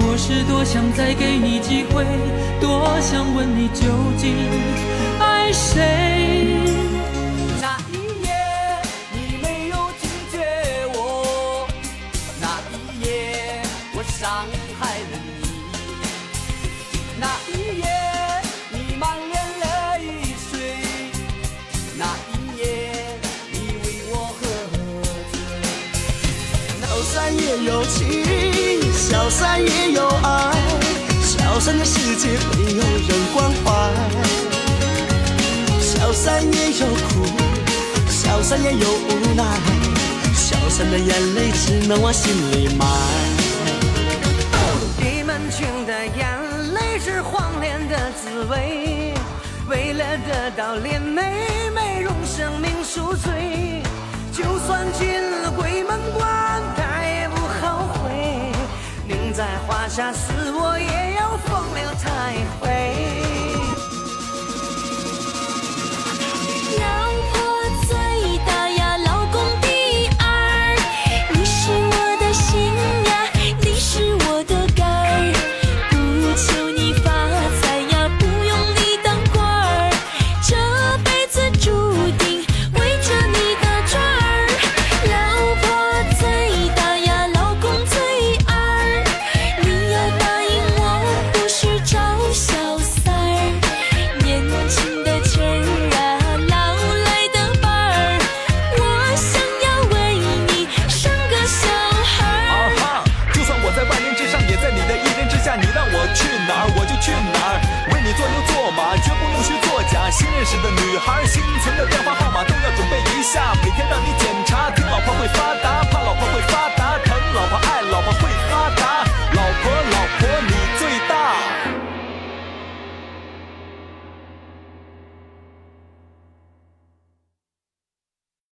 我是多想再给你机会，多想问你究竟爱谁？那一夜你没有听见我，那一夜我伤害了你，那一夜你满脸泪水，那一夜你为我喝醉。高山也有情，小山也有爱，小山的世界没有人关怀。小山也有苦，小山也有无奈，小山的眼泪只能往心里埋。你们群的眼泪是黄连的滋味，为了得到恋美，美容生命赎罪。就算进了鬼门关，他也不后悔。宁在华夏死，我也要风流他一回。老婆最大呀，老公第二。你是我的心呀，你是我的肝儿。不求你发财呀，不用你当官儿。这辈子注定围着你打转儿。老婆最大呀，老公最二。你要答应我，不许找小三儿。年轻的情儿啊，老来的伴儿，我想要为你生个小孩儿。啊哈！就算我在万人之上，也在你的一人之下。你让我去哪儿，我就去哪儿，为你做牛做马，绝不弄虚作假。新认识的女孩，心存的变化和嗯